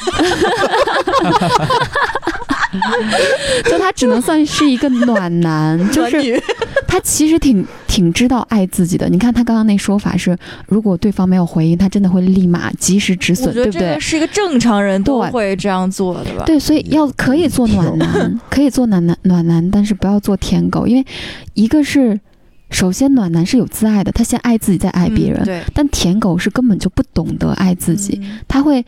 C: 就他只能算是一个暖男，就
D: 暖
C: 是
D: 女
C: 他其实挺挺知道爱自己的。你看他刚刚那说法是，如果对方没有回应，他真的会立马及时止
D: 我
C: 损，对
D: 觉得
C: 不
D: 这个
C: 对？
D: 是一个正常人都
C: 对
D: 会这样做的吧？
C: 对，所以要可以做暖男，可以做暖男暖男，但是不要做舔狗，因为一个是首先暖男是有自爱的，他先爱自己再爱别
D: 嗯
C: 人，
D: 对
C: 但舔狗是根本就不懂得爱自己，
D: 嗯
C: 他会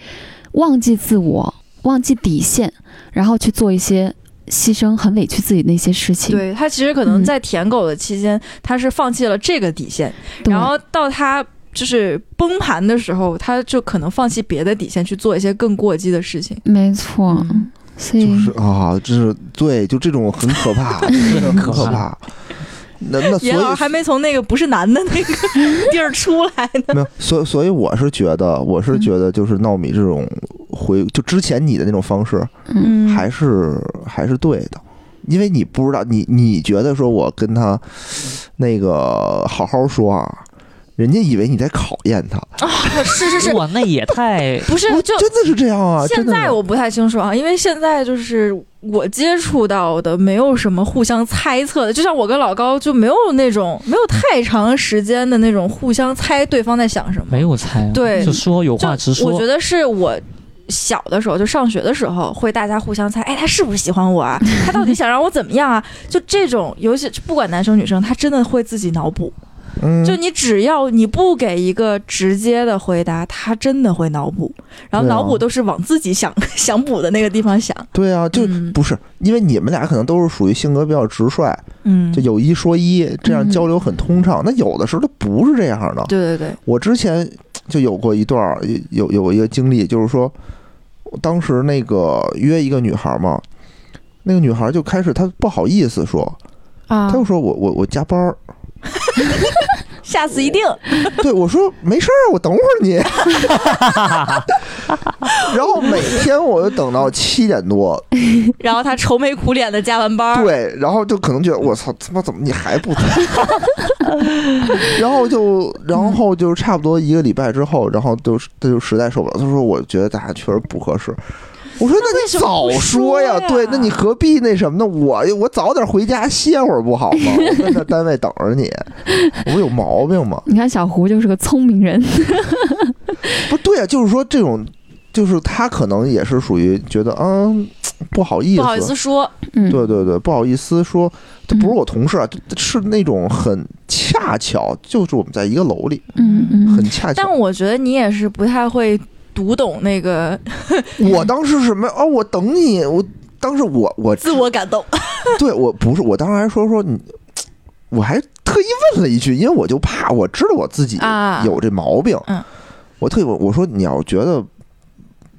C: 忘记自我，忘记底线，然后去做一些牺牲、很委屈自己的一些事情。
D: 对他其实可能在舔狗的期间，他是放弃了这个底线，
C: 对，
D: 然后到他就是崩盘的时候，他就可能放弃别的底线去做一些更过激的事情。
C: 没错，
D: 嗯
C: 所以、
B: 就是啊，这是对，就这种很可怕，真的很可怕。那那所
D: 严老师还
B: 以
D: 没从那个不是男的那个地儿出来呢。
B: 没有，所以所以我是觉得，我
C: 嗯
B: 是觉得就是闹米这种回，就之前你的那种方式，
C: 嗯，
B: 还是还是对的，因为你不知道，你你觉得说我跟他那个好好说啊，人家以为你在考验他，
D: 啊，是是是，
E: 哇，那也太
D: 不是就
B: 真的是这样啊！
D: 现
B: 真的
D: 在我不太清楚啊，因为现在就是我接触到的没有什么互相猜测的，就像我跟老高就没有那种没有太长时间的那种互相猜对方在想什么。
E: 没有猜啊，
D: 对
E: 就说有
D: 就
E: 话直
D: 我
E: 说
D: 觉。得是我小的时候，就上学的时候，会大家互相猜，哎，他是不是喜欢我啊？ 他到底想让我怎么样啊？就这种，尤其不管男生女生，他真的会自己脑补。
B: 嗯，
D: 就你只要你不给一个直接的回答，他真的会脑补，然后
B: 对啊
D: 脑补都是往自己想 想补的那个地方想。
B: 对啊，就
D: 嗯
B: 不是因为你们俩可能都是属于性格比较直率，
D: 嗯，
B: 就有一说一，这样
C: 嗯
B: 交流很通畅。那有的时候他不是这样的，
D: 对对对，
B: 我之前就有过一段儿有有有一个经历，就是说，当时那个约一个女孩嘛，那个女孩就开始她不好意思说，
D: 啊
B: 她就说我我我加班儿，
D: 下次一定
B: 对我说没事儿，我等会儿你。 然后每天我就等到七点多，
D: 然后他愁眉苦脸的加完班儿，
B: 对，然后就可能觉得
D: 嗯
B: 我操他妈怎么你还不 走？ 然后就然后就差不多一个礼拜之后，然后就是他就实在受不了，他说我觉得咱俩确实不合适。我说那
D: 为
B: 你
D: 什么
B: 早
D: 不
B: 说呀，
D: 说呀
B: 对，那你何必那什么呢？我我早点回家歇会儿不好吗？我在那单位等着你，我有毛病吗？
C: 你看小胡就是个聪明人，
B: 不对啊，就是说这种，就是他可能也是属于觉得嗯不好意思，
D: 不好意思说，
C: 嗯，
B: 对对对，不好意思说，这不是
C: 嗯
B: 我同事啊，是那种很恰巧，就是我们在一个楼里，
C: 嗯嗯
B: 很恰巧
D: 但。我觉得你也是不太会读懂那个
B: 我当时是什么哦，我等你，我当时我我
D: 自我感动。
B: 对我不是，我当时还说说你，我还特意问了一句，因为我就怕我知道我自己
D: 啊
B: 有这毛病，
D: 嗯
B: 我特意我我说你要觉得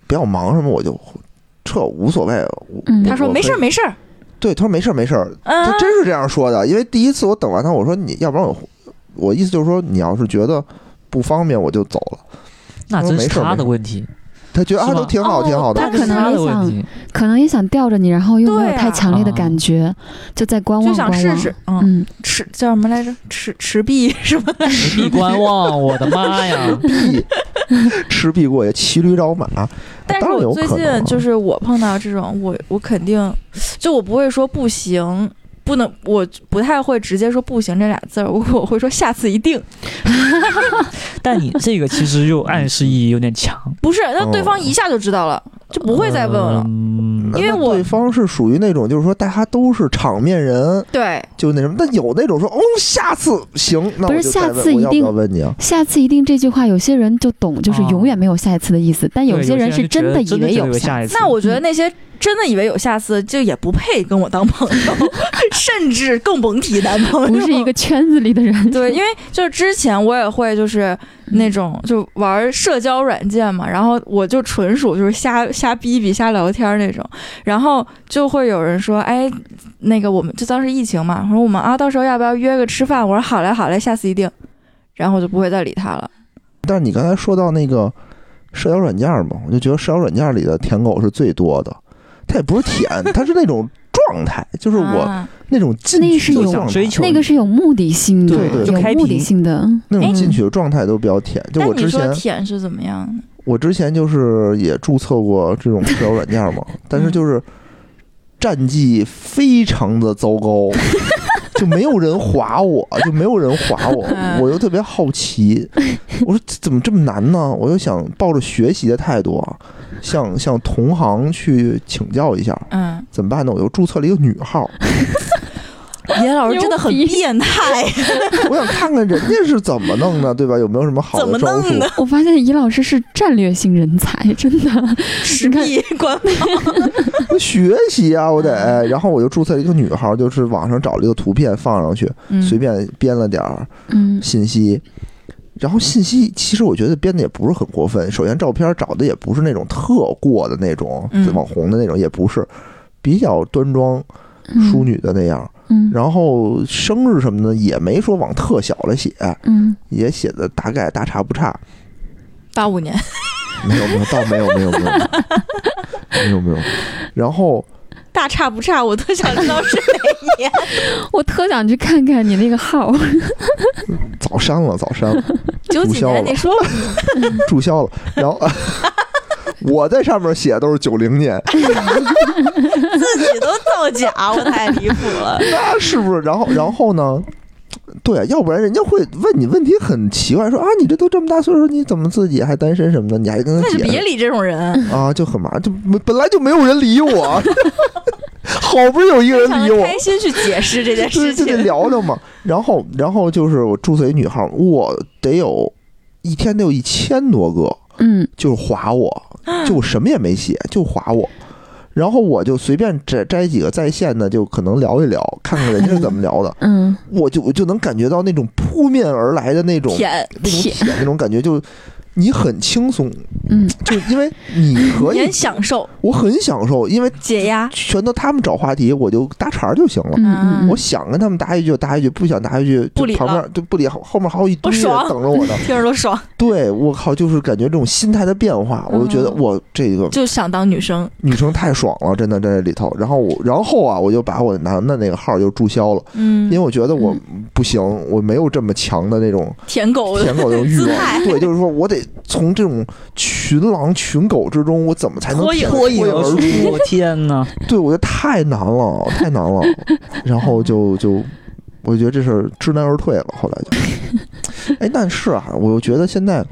B: 不要忙什么，我就撤，无所谓。我
C: 嗯
D: 他说没事儿，
B: 我
D: 没事儿，
B: 对，他说没事儿没事儿，
D: 嗯
B: 他，真是这样说的。因为第一次我等完他，我说你要不然我我意思就是说你要是觉得不方便我就走了。
E: 那
B: 说
E: 真
B: 没
E: 是
B: 事儿
E: 他
B: 没
E: 的
B: 事
E: 问题，
B: 他觉得啊
E: 是吧
B: 都挺好
D: 哦
B: 挺好的
C: 他，
E: 那
C: 可
E: 是
C: 能
E: 他
C: 也
E: 的问
C: 想，
E: 题。
C: 可能也想吊着你，然后又没有
D: 对啊
C: 太强烈的
E: 啊
C: 感觉，就在观
D: 就
C: 望观
D: 想
C: 望。
D: 试试，嗯，
C: 嗯，
D: 持叫什么来着？持持币什么的？
E: 持币观望，我的 妈呀！
B: 必赤壁过也骑驴找马，
D: 但是
B: 当然
D: 我
B: 有
D: 最
B: 可能啊
D: 近就是我碰到这种，我我肯定就我不会说不行，不能，我不太会直接说不行这俩字儿，我我会说下次一定。
E: 但你这个其实又暗示意义有点强，
D: 不是，那对
B: 哦
D: 方一下就知道了，就不会再问了。
E: 嗯
B: 那
D: 因为
B: 那
D: 我
B: 对方是属于那种就是说大家都是场面人，
D: 对，
B: 就那什么，那有那种说哦，下次行，那
C: 不
B: 我
C: 是
B: 就再
C: 下
B: 问
C: 次
B: 我
C: 一
B: 要
C: 定
B: 不要问你啊？
C: 下次一定这句话，有些人就懂，就是
E: 啊
C: 永远没有下一次的意思，但
E: 对有
C: 些人
E: 人
C: 是
E: 就觉
C: 真
E: 得
C: 的以
E: 真的
C: 为
E: 觉得
C: 有下
E: 下
C: 次。
E: 一次。
D: 那我觉得那些真的以为有下次，就也不配跟我当朋友， 甚至更甭提男朋友。
C: 不是一个圈子里的人，
D: 对，因为就是之前我也会就是那种就玩社交软件嘛，然后我就纯属就是瞎瞎逼逼、瞎聊天那种，然后就会有人说，哎，那个我们就当时疫情嘛，说我们啊，到时候要不要约个吃饭？我说好嘞，好嘞，下次一定。然后我就不会再理他了。
B: 但是你刚才说到那个社交软件嘛，我就觉得社交软件里的舔狗是最多的，它也不是舔，它是那种状态，就是我
D: 啊
B: 那种进
C: 那
B: 去
C: 是
B: 的
C: 有
B: 状态，
E: 追求
C: 那个是有目的性的，
B: 对对
E: 就开
C: 有目的
E: 屏
C: 性的。
B: 那
D: 哎
B: 种进去的状态都比较舔。就
D: 但
B: 我
D: 你
B: 之
D: 说
B: 前，
D: 舔是怎么样的？
B: 我之前就是也注册过这种社交软件 嘛，但是就是战绩非常的糟糕。就没有人划我，就没有人划我，
D: 嗯
B: 我又特别好奇，我说这怎么这么难呢？我又想抱着学习的态度啊，向向同行去请教一下，
D: 嗯，
B: 怎么办呢？我又注册了一个女号，
D: 嗯严老师真的很
C: 牛逼
D: 变 态，
B: 我想看看人家是怎么弄的，对吧？有没有什么好
D: 怎么
B: 的招
D: 弄
B: 数
D: 的？？
C: 我发现尹老师是战略性人才，真的。
D: 实
C: 看
D: 力观
B: 我学习啊，我
C: 嗯
B: 得。然后我就注册了一个女号，就是网上找了一个图片放上去，
D: 嗯
B: 随便编了点儿
C: 嗯，
B: 信息。然后信息其实我觉得编的也不是很过分。首先，照片找的也不是那种特过的那种
D: 嗯
B: 网红的那种，也不是比较端庄
C: 嗯
B: 淑，女的那样。
C: 嗯，
B: 然后生日什么的也没说往特小了写，
C: 嗯，
B: 也写的大概大差不差。
D: 八五年，
B: 没有没有，倒没有没有没有 没有没有。然后
D: 大差不差，我都想知道是哪一年。
C: 我特想去看看你那个号，
B: 早删了，早删了，
D: 九
B: 注
D: 几
B: 销
D: 年
B: 了
D: 你说
B: 注销了。然后 我在上面写的都是九零年，
D: 自己都造假，我太离谱了。
B: 那是不是？然后然后呢？对啊，要不然人家会问你问题很奇怪，说啊，你这都这么大岁数，你怎么自己还单身什么的？你还跟他
D: 那就
B: 解
D: 别
B: 释
D: 理这种人。
B: 啊，就很麻烦，就没本来就没有人理我， 好不容易有一个
D: 非
B: 人
D: 常
B: 理我，
D: 开心去解释这件
B: 对，
D: 事
B: 就得
D: 情。
B: 聊聊嘛。然后，然后就是我注册一女号，我得有一天得有一千多个，
C: 嗯，
B: 就是划我，
D: 啊
B: 就我什么也没写，就划我。然后我就随便摘摘几个在线的，就可能聊一聊，看看人家是怎么聊 的，
C: 嗯，
B: 我就我就能感觉到那种扑面而来的那种
D: 舔
B: 那种
C: 舔
B: 舔那种感觉，就你很轻松，
C: 嗯，
B: 就因为你可
D: 你
B: 以
D: 很，享受
B: 我很享受，因为
D: 解压，
B: 全都他们找话题，我就搭茬儿就行了。
C: 嗯嗯，
B: 我想跟他们搭一句就搭一句，不想搭一句
D: 不
B: 就
D: 理
B: 旁
D: 了
B: 边就不理，后后面还有一堆
D: 不
B: 人
D: 爽
B: 等着我呢。
D: 听着都爽，
B: 对我靠，就是感觉这种心态的变化，我就觉得
D: 嗯
B: 我这个
D: 就想当女生。
B: 女生太爽了，真的在这里头。然后我，然后啊，我就把我男的那个号就注销了，因为
D: 嗯，
B: 我觉得我不行，我没有这么强的那种
D: 舔狗
B: 舔狗的欲
D: 自
B: 望。
D: 嗨
B: 对，就是说我得从这种群狼群狗之中，我怎么才能
D: 脱颖
B: 脱颖而
E: 我
B: 出？
E: 我天哪！
B: 对，我觉得太难了，太难了。然后就就，我觉得这事儿知难而退了。后来就， 哎，但是啊，我又觉得现在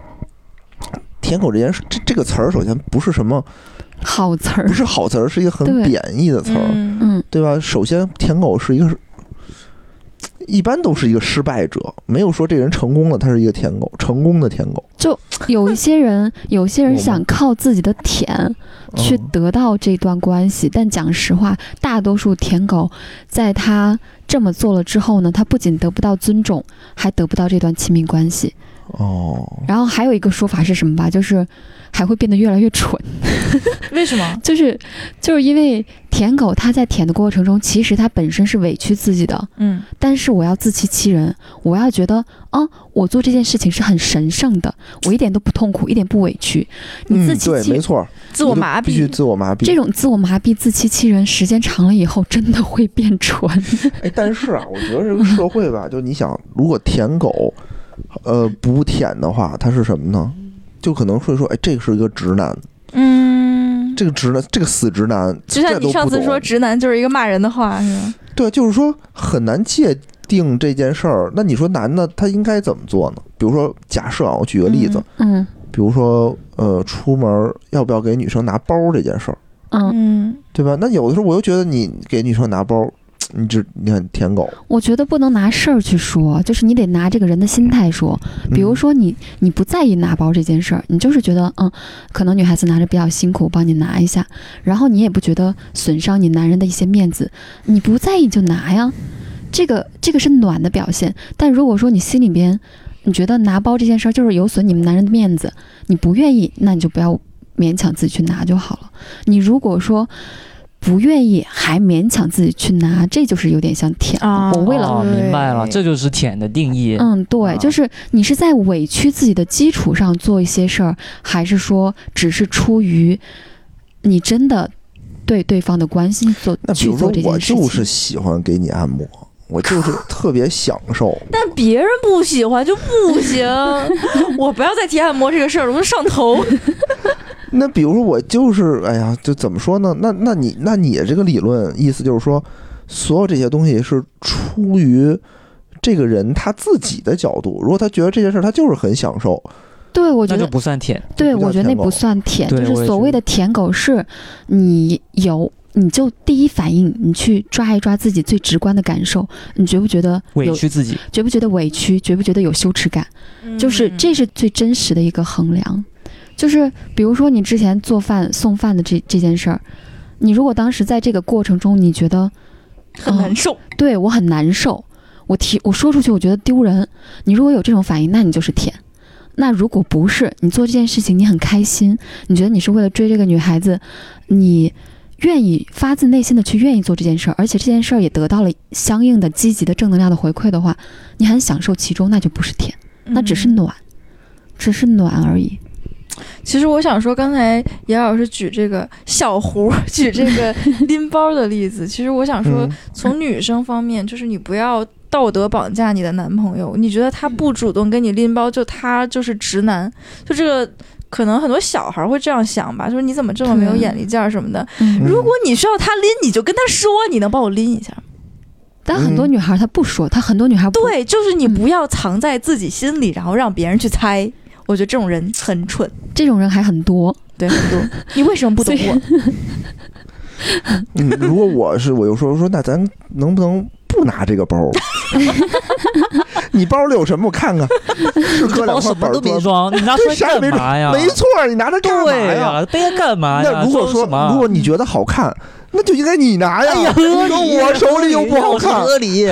B: “舔狗”这件事，这这个词儿，首先不是什么，
C: 好词儿
B: 不，是好词儿，是一个很
C: 对
B: 贬义的词儿，
D: 嗯，
C: 嗯
B: 对吧？首先，“舔狗”是一个，一般都是一个失败者，没有说这人成功了，他是一个舔狗，成功的舔狗。
C: 有一些人，有些人想靠自己的舔去
B: 嗯
C: 得到这段关系。但讲实话，大多数舔狗在他这么做了之后呢，他不仅得不到尊重，还得不到这段亲密关系。
B: 哦，
C: 然后还有一个说法是什么吧？就是还会变得越来越蠢，
D: 为什么？
C: 就是就是因为舔狗他在舔的过程中，其实他本身是委屈自己的，
D: 嗯，
C: 但是我要自欺欺人，我要觉得啊，我做这件事情是很神圣的，我一点都不痛苦，一点不委屈。你自
B: 嗯，
C: 欺
B: 对，
C: 欺
B: 没
C: 人，
B: 错，
D: 自
B: 你
D: 我
B: 就
D: 麻
B: 必须
D: 痹。
B: 自我麻
C: 这
B: 痹。
C: 种自我麻痹、自欺欺人，时间长了以后，真的会变蠢。
B: 哎，但是啊，我觉得这个社会吧，就你想，如果舔狗，呃，不舔的话，它是什么呢？就可能会说，哎，这个是一个直男，
D: 嗯，
B: 这个直男，这个死直男，这
D: 就像
B: 都
D: 你
B: 不
D: 上次
B: 懂
D: 说，直男就是一个骂人的话，是吧？
B: 对，就是说很难界定这件事儿。那你说男的他应该怎么做呢？比如说，假设啊，我举个例子，
C: 嗯
B: 比如说，呃，出门儿要不要给女生拿包儿这件事儿，
C: 嗯，
D: 嗯，
B: 对吧？那有的时候我又觉得你给女生拿包儿，你这你看舔狗，
C: 我觉得不能拿事儿去说，就是你得拿这个人的心态说。比如
B: 嗯
C: 说你你不在意拿包这件事儿，你就是觉得嗯，可能女孩子拿着比较辛苦，我帮你拿一下，然后你也不觉得损伤你男人的一些面子，你不在意就拿呀，这个这个是暖的表现。但如果说你心里边你觉得拿包这件事儿就是有损你们男人的面子，你不愿意，那你就不要勉强自己去拿就好了。你如果说不愿意还勉强自己去拿，这就是有点像舔了。
D: 啊
C: 我为了
E: 哦、明白了，这就是舔的定义。
C: 嗯，
E: 啊
C: 对，就是你是在委屈自己的基础上做一些事儿，还是说只是出于你真的对对方的关心做
B: 嗯那比
C: 去
B: 如说
C: 做这
B: 我
C: 件事情？
B: 就是喜欢给你按摩，我就是特别享受。
D: 但别人不喜欢就不行，我不要再提按摩这个事儿了，我就上头。
B: 那比如说我就是，哎呀，就怎么说呢？那那你那你这个理论意思就是说，所有这些东西是出于这个人他自己的角度，如果他觉得这件事儿他就是很享受，
C: 对，我觉
E: 那就
C: 得，
E: 不算舔，
C: 对
B: 不叫
C: 我觉得那
B: 舔狗
C: 不算舔，
E: 对
C: 就
E: 我也
C: 是所
E: 觉
C: 谓
E: 得
C: 的舔狗是，你有你就第一反应，你去抓一抓自己最直观的感受，你觉不觉得
E: 委
C: 有？
E: 屈自己。
C: 觉不觉得委屈？觉不觉得有羞耻感？
D: 嗯
C: 就是这是最真实的一个衡量。就是比如说你之前做饭送饭的这这件事儿，你如果当时在这个过程中，你觉得
D: 很
C: 哦
D: 难受。
C: 对我很难受，我提我说出去我觉得丢人，你如果有这种反应，那你就是舔。那如果不是你做这件事情，你很开心，你觉得你是为了追这个女孩子，你愿意发自内心的去愿意做这件事儿，而且这件事儿也得到了相应的积极的正能量的回馈的话，你很享受其中，那就不是舔。那只是
D: 嗯
C: 暖，只是暖而已。
D: 其实我想说，刚才严老师举这个小胡儿 举这 个拎包的例子，其实我想说
B: 嗯，
D: 从女生方面，就是你不要道德绑架你的男朋友。你觉得他不主动跟你拎包，就他就是直男，就这个。可能很多小孩儿会这样想吧，就是你怎么这么没有
C: 对
D: 眼力见儿什么的。
C: 嗯，
D: 如果你需要他拎，你就跟他说，你能帮我拎一下吗。
C: 但很多
B: 嗯
C: 女孩她不说，她很多女孩不，
D: 对，就是你不要藏在自己心里，然后让别人去猜。我觉得这种人很蠢，
C: 这种人还很多。
D: 对，很多。你为什么不懂
C: 所以
D: 我？
B: 嗯，如果我是，我就说说，那咱能不能不拿这个包儿？你包里有什么？我看看，是哥两
E: 包
B: 块
E: 什么
B: 板
E: 都没
B: 砖。
E: 装，你拿出
B: 对，
E: 来
B: 啥也
E: 干
B: 没
E: 嘛呀？
B: 装。没错，你拿它干嘛
E: 对
B: 呀？
E: 呀，背它干嘛呀？
B: 那如果
E: 装
B: 说，
E: 什么
B: 如果你觉得好看，那就应该你拿呀。
E: 哎呀，
B: 你说我手里又不好看，
E: 合理。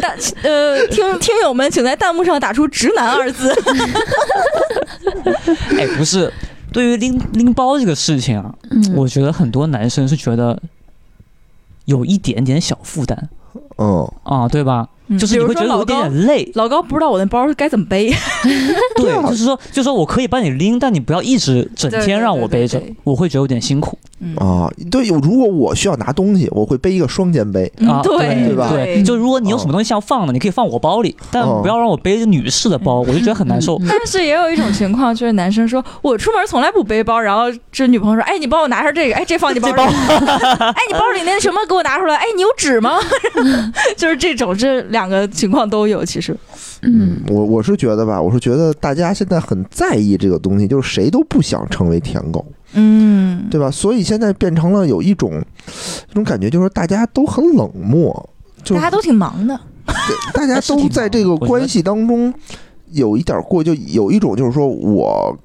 D: 但呃， 听听友们，请在弹幕上打出“直男”二字。
E: 哎，不是，对于拎拎包这个事情啊，
C: 嗯，
E: 我觉得很多男生是觉得有一点点小负担
B: 嗯，
E: 啊，对吧？ 就
D: 比
E: 是你
D: 如
E: 会觉
D: 说
E: 得有
D: 老
E: 一点
D: 高，
E: 点累，
D: 老高不知道我那包该怎么 背，
E: 对
B: 啊，
E: 就是说，就是说我可以帮你拎，但你不要一直整
D: 对对
E: 天让
D: 对
E: 我
D: 对
E: 背着
D: 对，
E: 我会觉得有点辛苦。
D: 嗯
B: 啊，对，有如果我需要拿东西，我会背一个双肩背。
E: 啊，
D: 嗯对
B: 对吧
E: 对，就如果你有什么东西想放的，你可以放我包里，但
B: 哦
E: 不要让我背着女士的包，我就觉得很难受
C: 嗯。
D: 但是也有一种情况，就是男生说我出门从来不背包，然后这女朋友说，哎，你帮我拿上这个，哎，这放你包里， 哎，你包里那什么给我拿出来，哎，你有纸吗？ 就是这种，这两个情况都有，其实。
C: 嗯，
B: 我我是觉得吧，我是觉得大家现在很在意这个东西，就是谁都不想成为舔狗，
D: 嗯，
B: 对吧？所以现在变成了有一种一种感觉，就是大家都很冷漠，就
D: 大家都挺忙的，
B: 大家都在这个关系当中有一点过，就有一种就是说我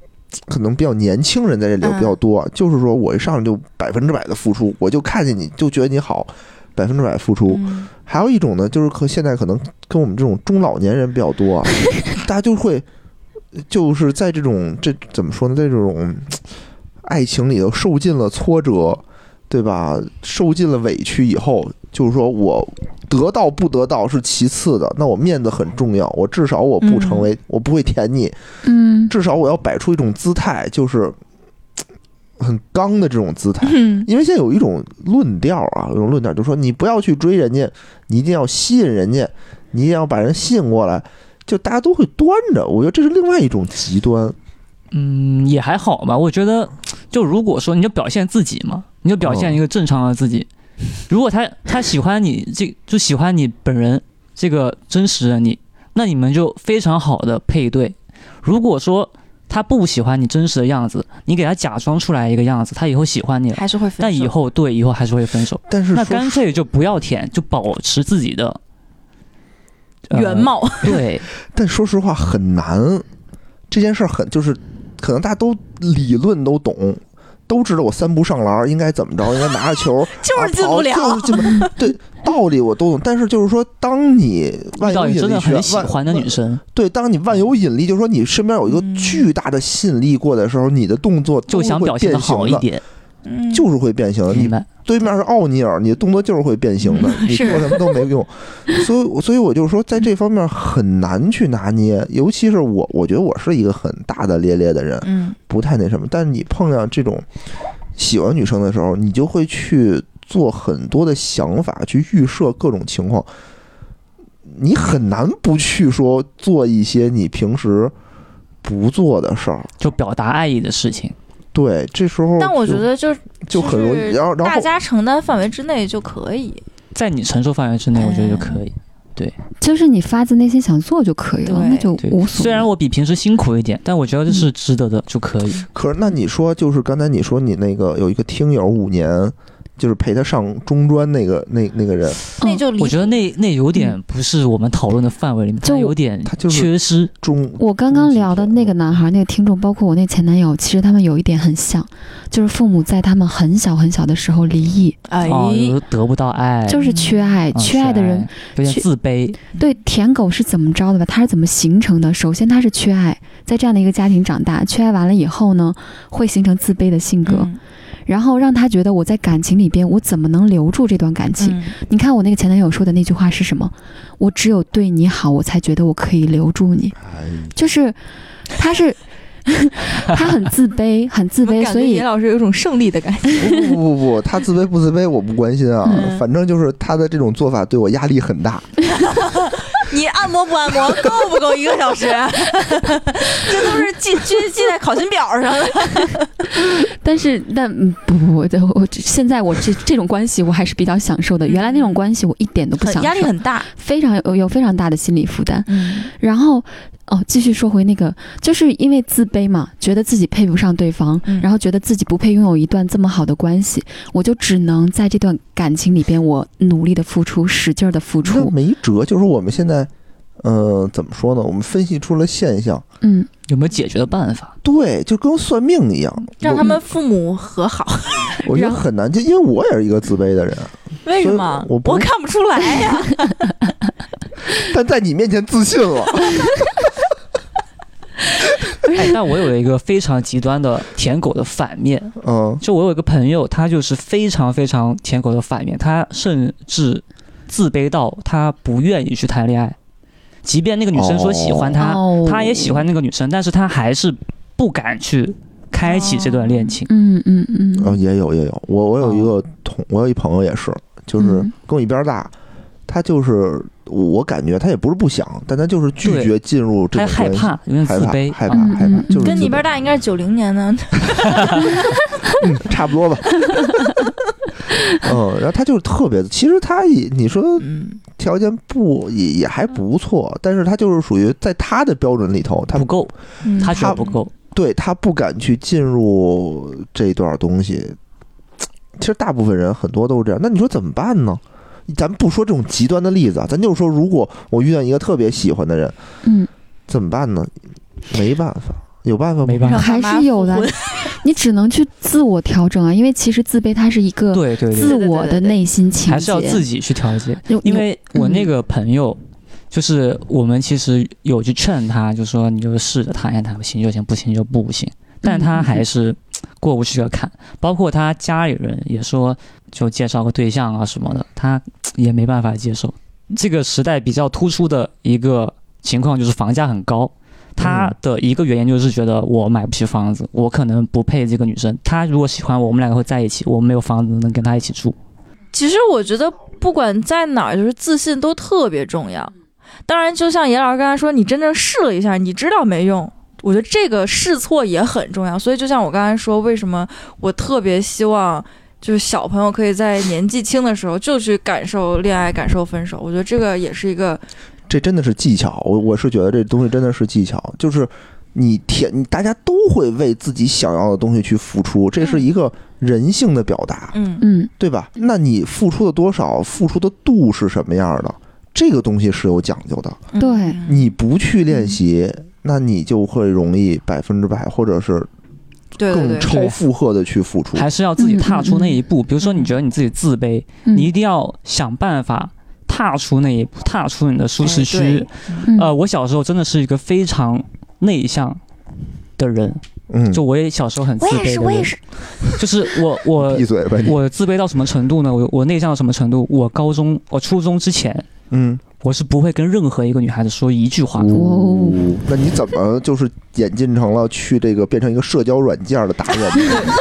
B: 可能比较年轻人在这里头比较多，
D: 嗯
B: 就是说我一上来就百分之百的付出，我就看见你就觉得你好，百分之百付出。
D: 嗯
B: 还有一种呢，就是可现在可能跟我们这种中老年人比较多，啊，大家就会就是在这种这怎么说呢，在这种嗯爱情里头受尽了挫折，对吧？受尽了委屈以后，就是说我得到不得到是其次的，那我面子很重要，我至少我不成为、我不会舔你，
C: 嗯，
B: 至少我要摆出一种姿态，就是嘖很刚的这种姿态。
D: 嗯
B: 因为现在有一种论调啊，有一种论调就是说，你不要去追人家，你一定要吸引人家，你一定要把人吸引过来，就大家都会端着。我觉得这是另外一种极端。
E: 嗯，也还好吧。我觉得，就如果说你就表现自己嘛，你就表现一个正常的自己。如果他他喜欢你，这就喜欢你本人这个真实的你，那你们就非常好的配对。如果说他不喜欢你真实的样子，你给他假装出来一个样子，他以后喜欢你了，
D: 还是会分手。
E: 但以后对以后还是会分手。
B: 但是
E: 那
B: 说
E: 干脆就不要舔，就保持自己的、呃
D: 原。貌，
E: 对，
B: 但说实话很难，这件事儿很就是，可能大家都理论都懂，都知道我三步上篮应该怎么着，应该拿着 球
D: 就是进
B: 啊
D: 不
B: 跑
D: 了。
B: 就是进不了。对，道理我都懂，但是就是说，当你 万
E: 遇到
B: 有
E: 你
B: 引
E: 真的
B: 力学
E: 很喜欢的
B: 万
E: 女生，
B: 对，当你万有
E: 嗯
B: 引力，就是说你身边有一个
D: 嗯
B: 巨大的吸引力过来的时候，你的动作
E: 就
B: 都是
E: 想
B: 会
E: 表现的
B: 变形
E: 好一
B: 的，
E: 点，
D: 嗯
B: 就是会变形的。
E: 明
B: 你
E: 白？嗯
B: 对面是奥尼尔，你的动作就是会变形的，你做什么都没用。所以我，所以我就说，在这方面很难去拿捏，尤其是我，我觉得我是一个很大大咧咧的人，
D: 嗯，
B: 不太那什么。但是你碰上这种喜欢女生的时候，你就会去做很多的想法，去预设各种情况，你很难不去说做一些你平时不做的事儿。
E: 就表达爱意的事情。
B: 对，这时候
D: 但我觉
B: 就
D: 得就是
B: 就很容易
D: 是，
B: 然后然
D: 大
B: 后
D: 家承担范围之内就可以。
E: 在你承受范围之内，我觉得就可以。
C: 嗯就是你发自内心想做就可以了，
D: 对
C: 那就
E: 对
C: 无，所谓。
E: 虽然我比平时辛苦一点，但我觉得这是值得的，就可以。
C: 嗯
B: 可是那你说就是刚才你说你那个有一个听友五年。就是陪他上中专那个那那个人，
C: 嗯
D: 那就离
E: 我觉得那那有点不是我们讨论的范围里面，
C: 就
E: 它有点
B: 他就是
E: 缺失。
B: 中
C: 我刚刚聊的那个男孩、那个听众，包括我那前男友，其实他们有一点很像，就是父母在他们很小很小的时候离异，
D: 哎，
E: 啊，有的得不到爱，
C: 就是缺爱，
E: 啊
C: 缺爱的人
E: 有点
C: 缺
E: 自卑，
C: 对舔狗是怎么着的吧？他是怎么形成的？首先，他是缺爱，在这样的一个家庭长大，缺爱完了以后呢，会形成自卑的性格，
D: 嗯
C: 然后让他觉得我在感情里边，我怎么能留住这段感情？
D: 嗯
C: 你看我那个前男友说的那句话是什么？我只有对你好，我才觉得我可以留住你。就是，他是 他很自卑，很自
D: 怎么
C: 卑，
D: 感
C: 所
D: 觉
C: 以
D: 严老师有一种胜利的感觉。
B: 不不不不，他自卑不自卑我不关心啊，
D: 嗯
B: 反正就是他的这种做法对我压力很大。
D: 你按摩不按摩？够不够一个小时？ 这都是记记记在考勤表上的。
C: 但是，但嗯不不不，我我现在我这这种关系我还是比较享受的。原来那种关系我一点都不享受，
D: 压力很大。
C: 非常有有非常大的心理负担。
D: 嗯
C: 然后哦，继续说回那个，就是因为自卑嘛，觉得自己配不上对方，
D: 嗯
C: 然后觉得自己不配拥有一段这么好的关系，我就只能在这段感情里边，我努力的付出，使劲的付
B: 那
C: 出。
B: 没辙，就是我们现在，呃，怎么说呢？我们分析出了现象，
C: 嗯，
E: 有没有解决的办法？
B: 对，就跟算命一样，
D: 让他们父母和好，
B: 我我觉得
C: 然后
B: 很难，就因为我也是一个自卑的人，
D: 为什么
B: 所以？我不
D: 看不出来呀、
B: 但在你面前自信了。
E: 哎，但我有一个非常极端的舔狗的反面，
B: 嗯，
E: 就我有一个朋友，他就是非常非常舔狗的反面，他甚至自卑到他不愿意去谈恋爱，即便那个女生说喜欢他，
C: 哦
E: 他也喜。欢那个女生，但是他还是不敢去开启这段恋情。
C: 嗯嗯嗯，
B: 哦，也有也有，我我有一个同，我有一朋友也是，就是
C: 嗯
B: 跟我一边大，他就是我感觉他也不是不想，但他就是拒
E: 对
B: 绝进入这
E: 他
B: 种
E: 害
B: 关系，
E: 怕，有点
B: 害
E: 自
B: 怕，
E: 卑，
B: 害怕，
E: 啊
C: 嗯
B: 害
C: 嗯
B: 怕
C: 嗯，
B: 就是
D: 跟
B: 自
D: 你一边
B: 卑
D: 大应该是九零年的，
B: 嗯，差不多吧。嗯，然后他就是特别，其实他也你说
D: 嗯，
B: 条件不也也还不错，但是他就是属于在他的标准里头，他
E: 不够，
D: 嗯
E: 他觉得不够。
B: 对他不敢去进入这段东西。其实大部分人很多都是这样，那你说怎么办呢？咱不说这种极端的例子啊，咱就是说，
E: 哦
B: 如果我遇到一个特别喜欢的人，
C: 嗯，
B: 怎么办呢？没办法，有办法吗
E: 没？办法。
D: 让
C: 还
D: 爸妈
C: 是有的
D: 复婚
C: 你只能去自我调整啊，因为其实自卑它是一个
E: 对对
C: 嗯
E: 对，
C: 自我的内心情节，
E: 还是要自己去调节。
C: 有
E: 因
C: 有
E: 为我那个朋友，就是我们其实有去劝他，就说你就试着谈一谈，行就行，不行就不行。
C: 嗯
E: 但他还是过不去这个坎，包括他家里人也说，就介绍个对象啊什么的，他也没办法接受。这个时代比较突出的一个情况就是房价很高，他的一个原因就是觉得我买不起房子，我可能不配这个女生。他如果喜欢我，我们两个会在一起，我没有房子能跟他一起住。
D: 其实我觉得不管在哪儿，就是自信都特别重要。当然，就像严老师刚才说，你真正试了一下，你知道没用。我觉得这个试错也很重要。所以，就像我刚才说，为什么我特别希望就是小朋友可以在年纪轻的时候就去感受恋爱、感受分手。我觉得这个也是一个
B: 这真的是技巧，我我是觉得这东西真的是技巧，就是你天，你大家都会为自己想要的东西去付出，这是一个人性的表达，
D: 嗯
C: 嗯，
B: 对吧？那你付出的多少，付出的度是什么样的，这个东西是有讲究的。
D: 嗯
C: 对
B: 你不去练习，那你就会容易百分之百，或者是
D: 对对
B: 更
D: 对，
B: 超负荷的去付出。
E: 还是要自己踏出那一
B: 嗯
E: 步。比如说，你觉得你自己自卑，
C: 嗯
E: 你一定要想办法踏出那一步，踏出你的舒适
D: 哎
E: 区
D: 对。
C: 嗯
E: 呃，我小时候真的是一个非常内向的人，
B: 嗯，
E: 就我也小时候很自卑的人，就是我我
B: 闭嘴吧你。
E: 我自卑到什么程度呢？我我内向到什么程度？我高中我初中之前。
B: 嗯，
E: 我是不会跟任何一个女孩子说一句话，
C: 哦，
B: 那你怎么就是演进成了去这个变成一个社交软件的达人呢？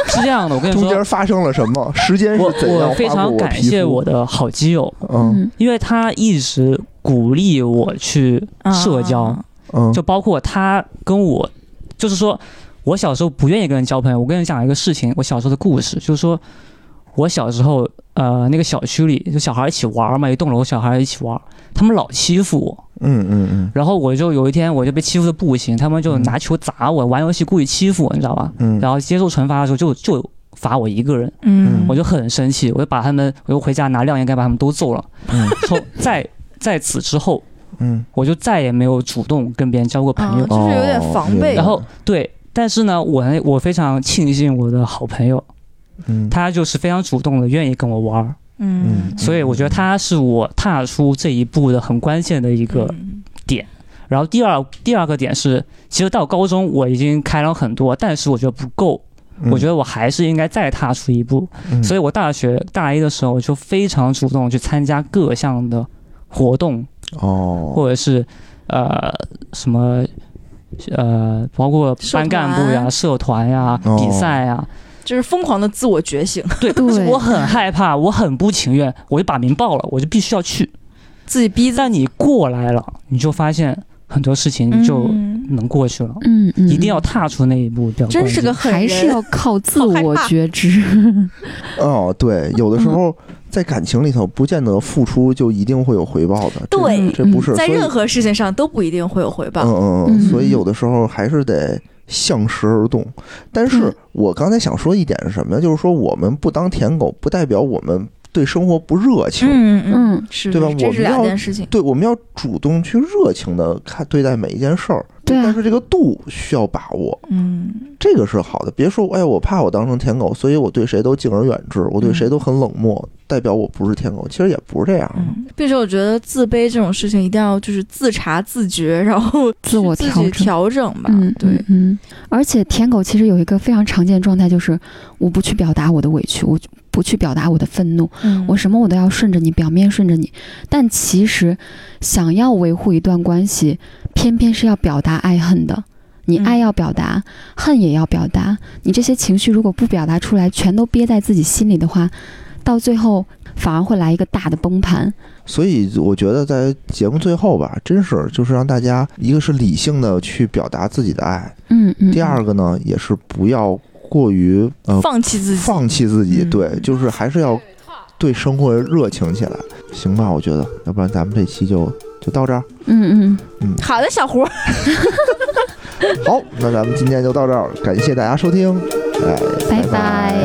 E: 是这样的。我跟你
B: 中
E: 说
B: 间，发生了什么？时间
E: 我
B: 是怎样
E: 我非
B: 划过
E: 常
B: 我
E: 感
B: 皮
E: 谢
B: 肤？
E: 我的好基友，
B: 嗯
C: 嗯
E: 因为他一直鼓励我去社交，
D: 啊
B: 嗯，
E: 就包括他跟我，就是说我小时候不愿意跟人交朋友。我跟你讲一个事情，我小时候的故事，就是说我小时候呃那个小区里就小孩一起玩嘛，一栋楼小孩一起玩，他们老欺负我，
B: 嗯嗯嗯
E: 然后我就有一天我就被欺负的不行，他们就拿球砸我，玩游戏故意欺负我，你知道吧？
B: 嗯，
E: 然后接受惩罚的时候就就罚我一个人，
D: 嗯，
E: 我就很生气，我就把他们，我就回家拿晾衣杆把他们都揍了。
B: 嗯
E: 从在在此之后，
B: 嗯
E: 我就再也没有主动跟别人交过朋友。
D: 啊就是有点防备
B: 哦
E: 然后对，但是呢，我还我非常庆幸我的好朋友，
B: 嗯
E: 他就是非常主动的，愿意跟我玩儿，
D: 嗯
B: 嗯
E: 所以我觉得他是我踏出这一步的很关键的一个。
D: 嗯
E: 然后第二第二个点是，其实到高中我已经开朗很多，但是我觉得不够，我觉
B: 得，
E: 得我还是应该再踏出一步。
B: 嗯
E: 所以我大学大一的时候我就非常主动去参加各项的活动，
B: 哦，
E: 或者是呃什么。呃，包括班干部呀、社团呀、
B: 哦
E: 比赛呀，
D: 就是疯狂的自我觉醒，
E: 对，
C: 对
E: 就是我很害怕，我很不情愿，我就把名报了，我就必须要去。
D: 嗯自己逼自
E: 但你过来了，你就发现很多事情
D: 己，
E: 你就
D: 嗯
E: 能过去了。
C: 嗯嗯，
E: 一定要踏出那一步，比较
D: 真
E: 关
D: 是
E: 键
D: 个狠人，
C: 还是要靠自我觉知。
B: 哦，对，有
E: 嗯
B: 的时候在感情里头，不见得付出就一定会有回报的。这
D: 对嗯
B: 这不是
D: 在
B: 所以
D: 任何事情上都不一定会有回报。
B: 嗯嗯嗯，
C: 嗯
B: 所以有的时候还是得向时而动。但是
C: 嗯
B: 我刚才想说一点是什么呢？就是说我们不当舔狗，不代表我们对生活不热情。
D: 嗯嗯，
C: 嗯，
D: 是，
B: 对吧我
D: 这
B: 们
D: 是两
B: 要
D: 件事情。
B: 对，我们要主动去热情的看对待每一件事儿，
C: 对
B: 但
C: 啊，
B: 是这个度需要把握，
D: 嗯，
B: 这个是好的。别说哎，我怕我当成舔狗，所以我对谁都敬而远之，我对谁都很冷漠，代表我不是舔狗。其实也不是这样。啊
D: 嗯，并且我觉得自卑这种事情一定要就是自查自觉，然后
C: 自我
D: 自
C: 调
D: 己
C: 整。
D: 调整吧。
C: 嗯，
D: 对，
C: 嗯，嗯而且舔狗其实有一个非常常见的状态，就是我不去表达我的委屈，我不去表达我的愤怒，
D: 嗯
C: 我什么我都要顺着你，表面顺着你，但其实想要维护一段关系，偏偏是要表达爱恨的。你
D: 嗯
C: 爱要表达，恨也要表达。你这些情绪如果不表达出来，全都憋在自己心里的话，到最后反而会来一个大的崩盘。
B: 所以我觉得在节目最后吧，真是就是让大家，一个是理性的去表达自己的爱，
C: 嗯嗯。
B: 第二个呢，也是不要过于呃
D: 放弃自己。
B: 放弃自己，
D: 嗯
B: 对，就是还是要对生活热情起来，行吧？我觉得，要不然咱们这期就就到这儿。
C: 嗯，嗯
D: 好的，小胡，
B: 好，那咱们今天就到这儿，感谢大家收听，哎，
C: 嗯，拜
B: 拜
C: 拜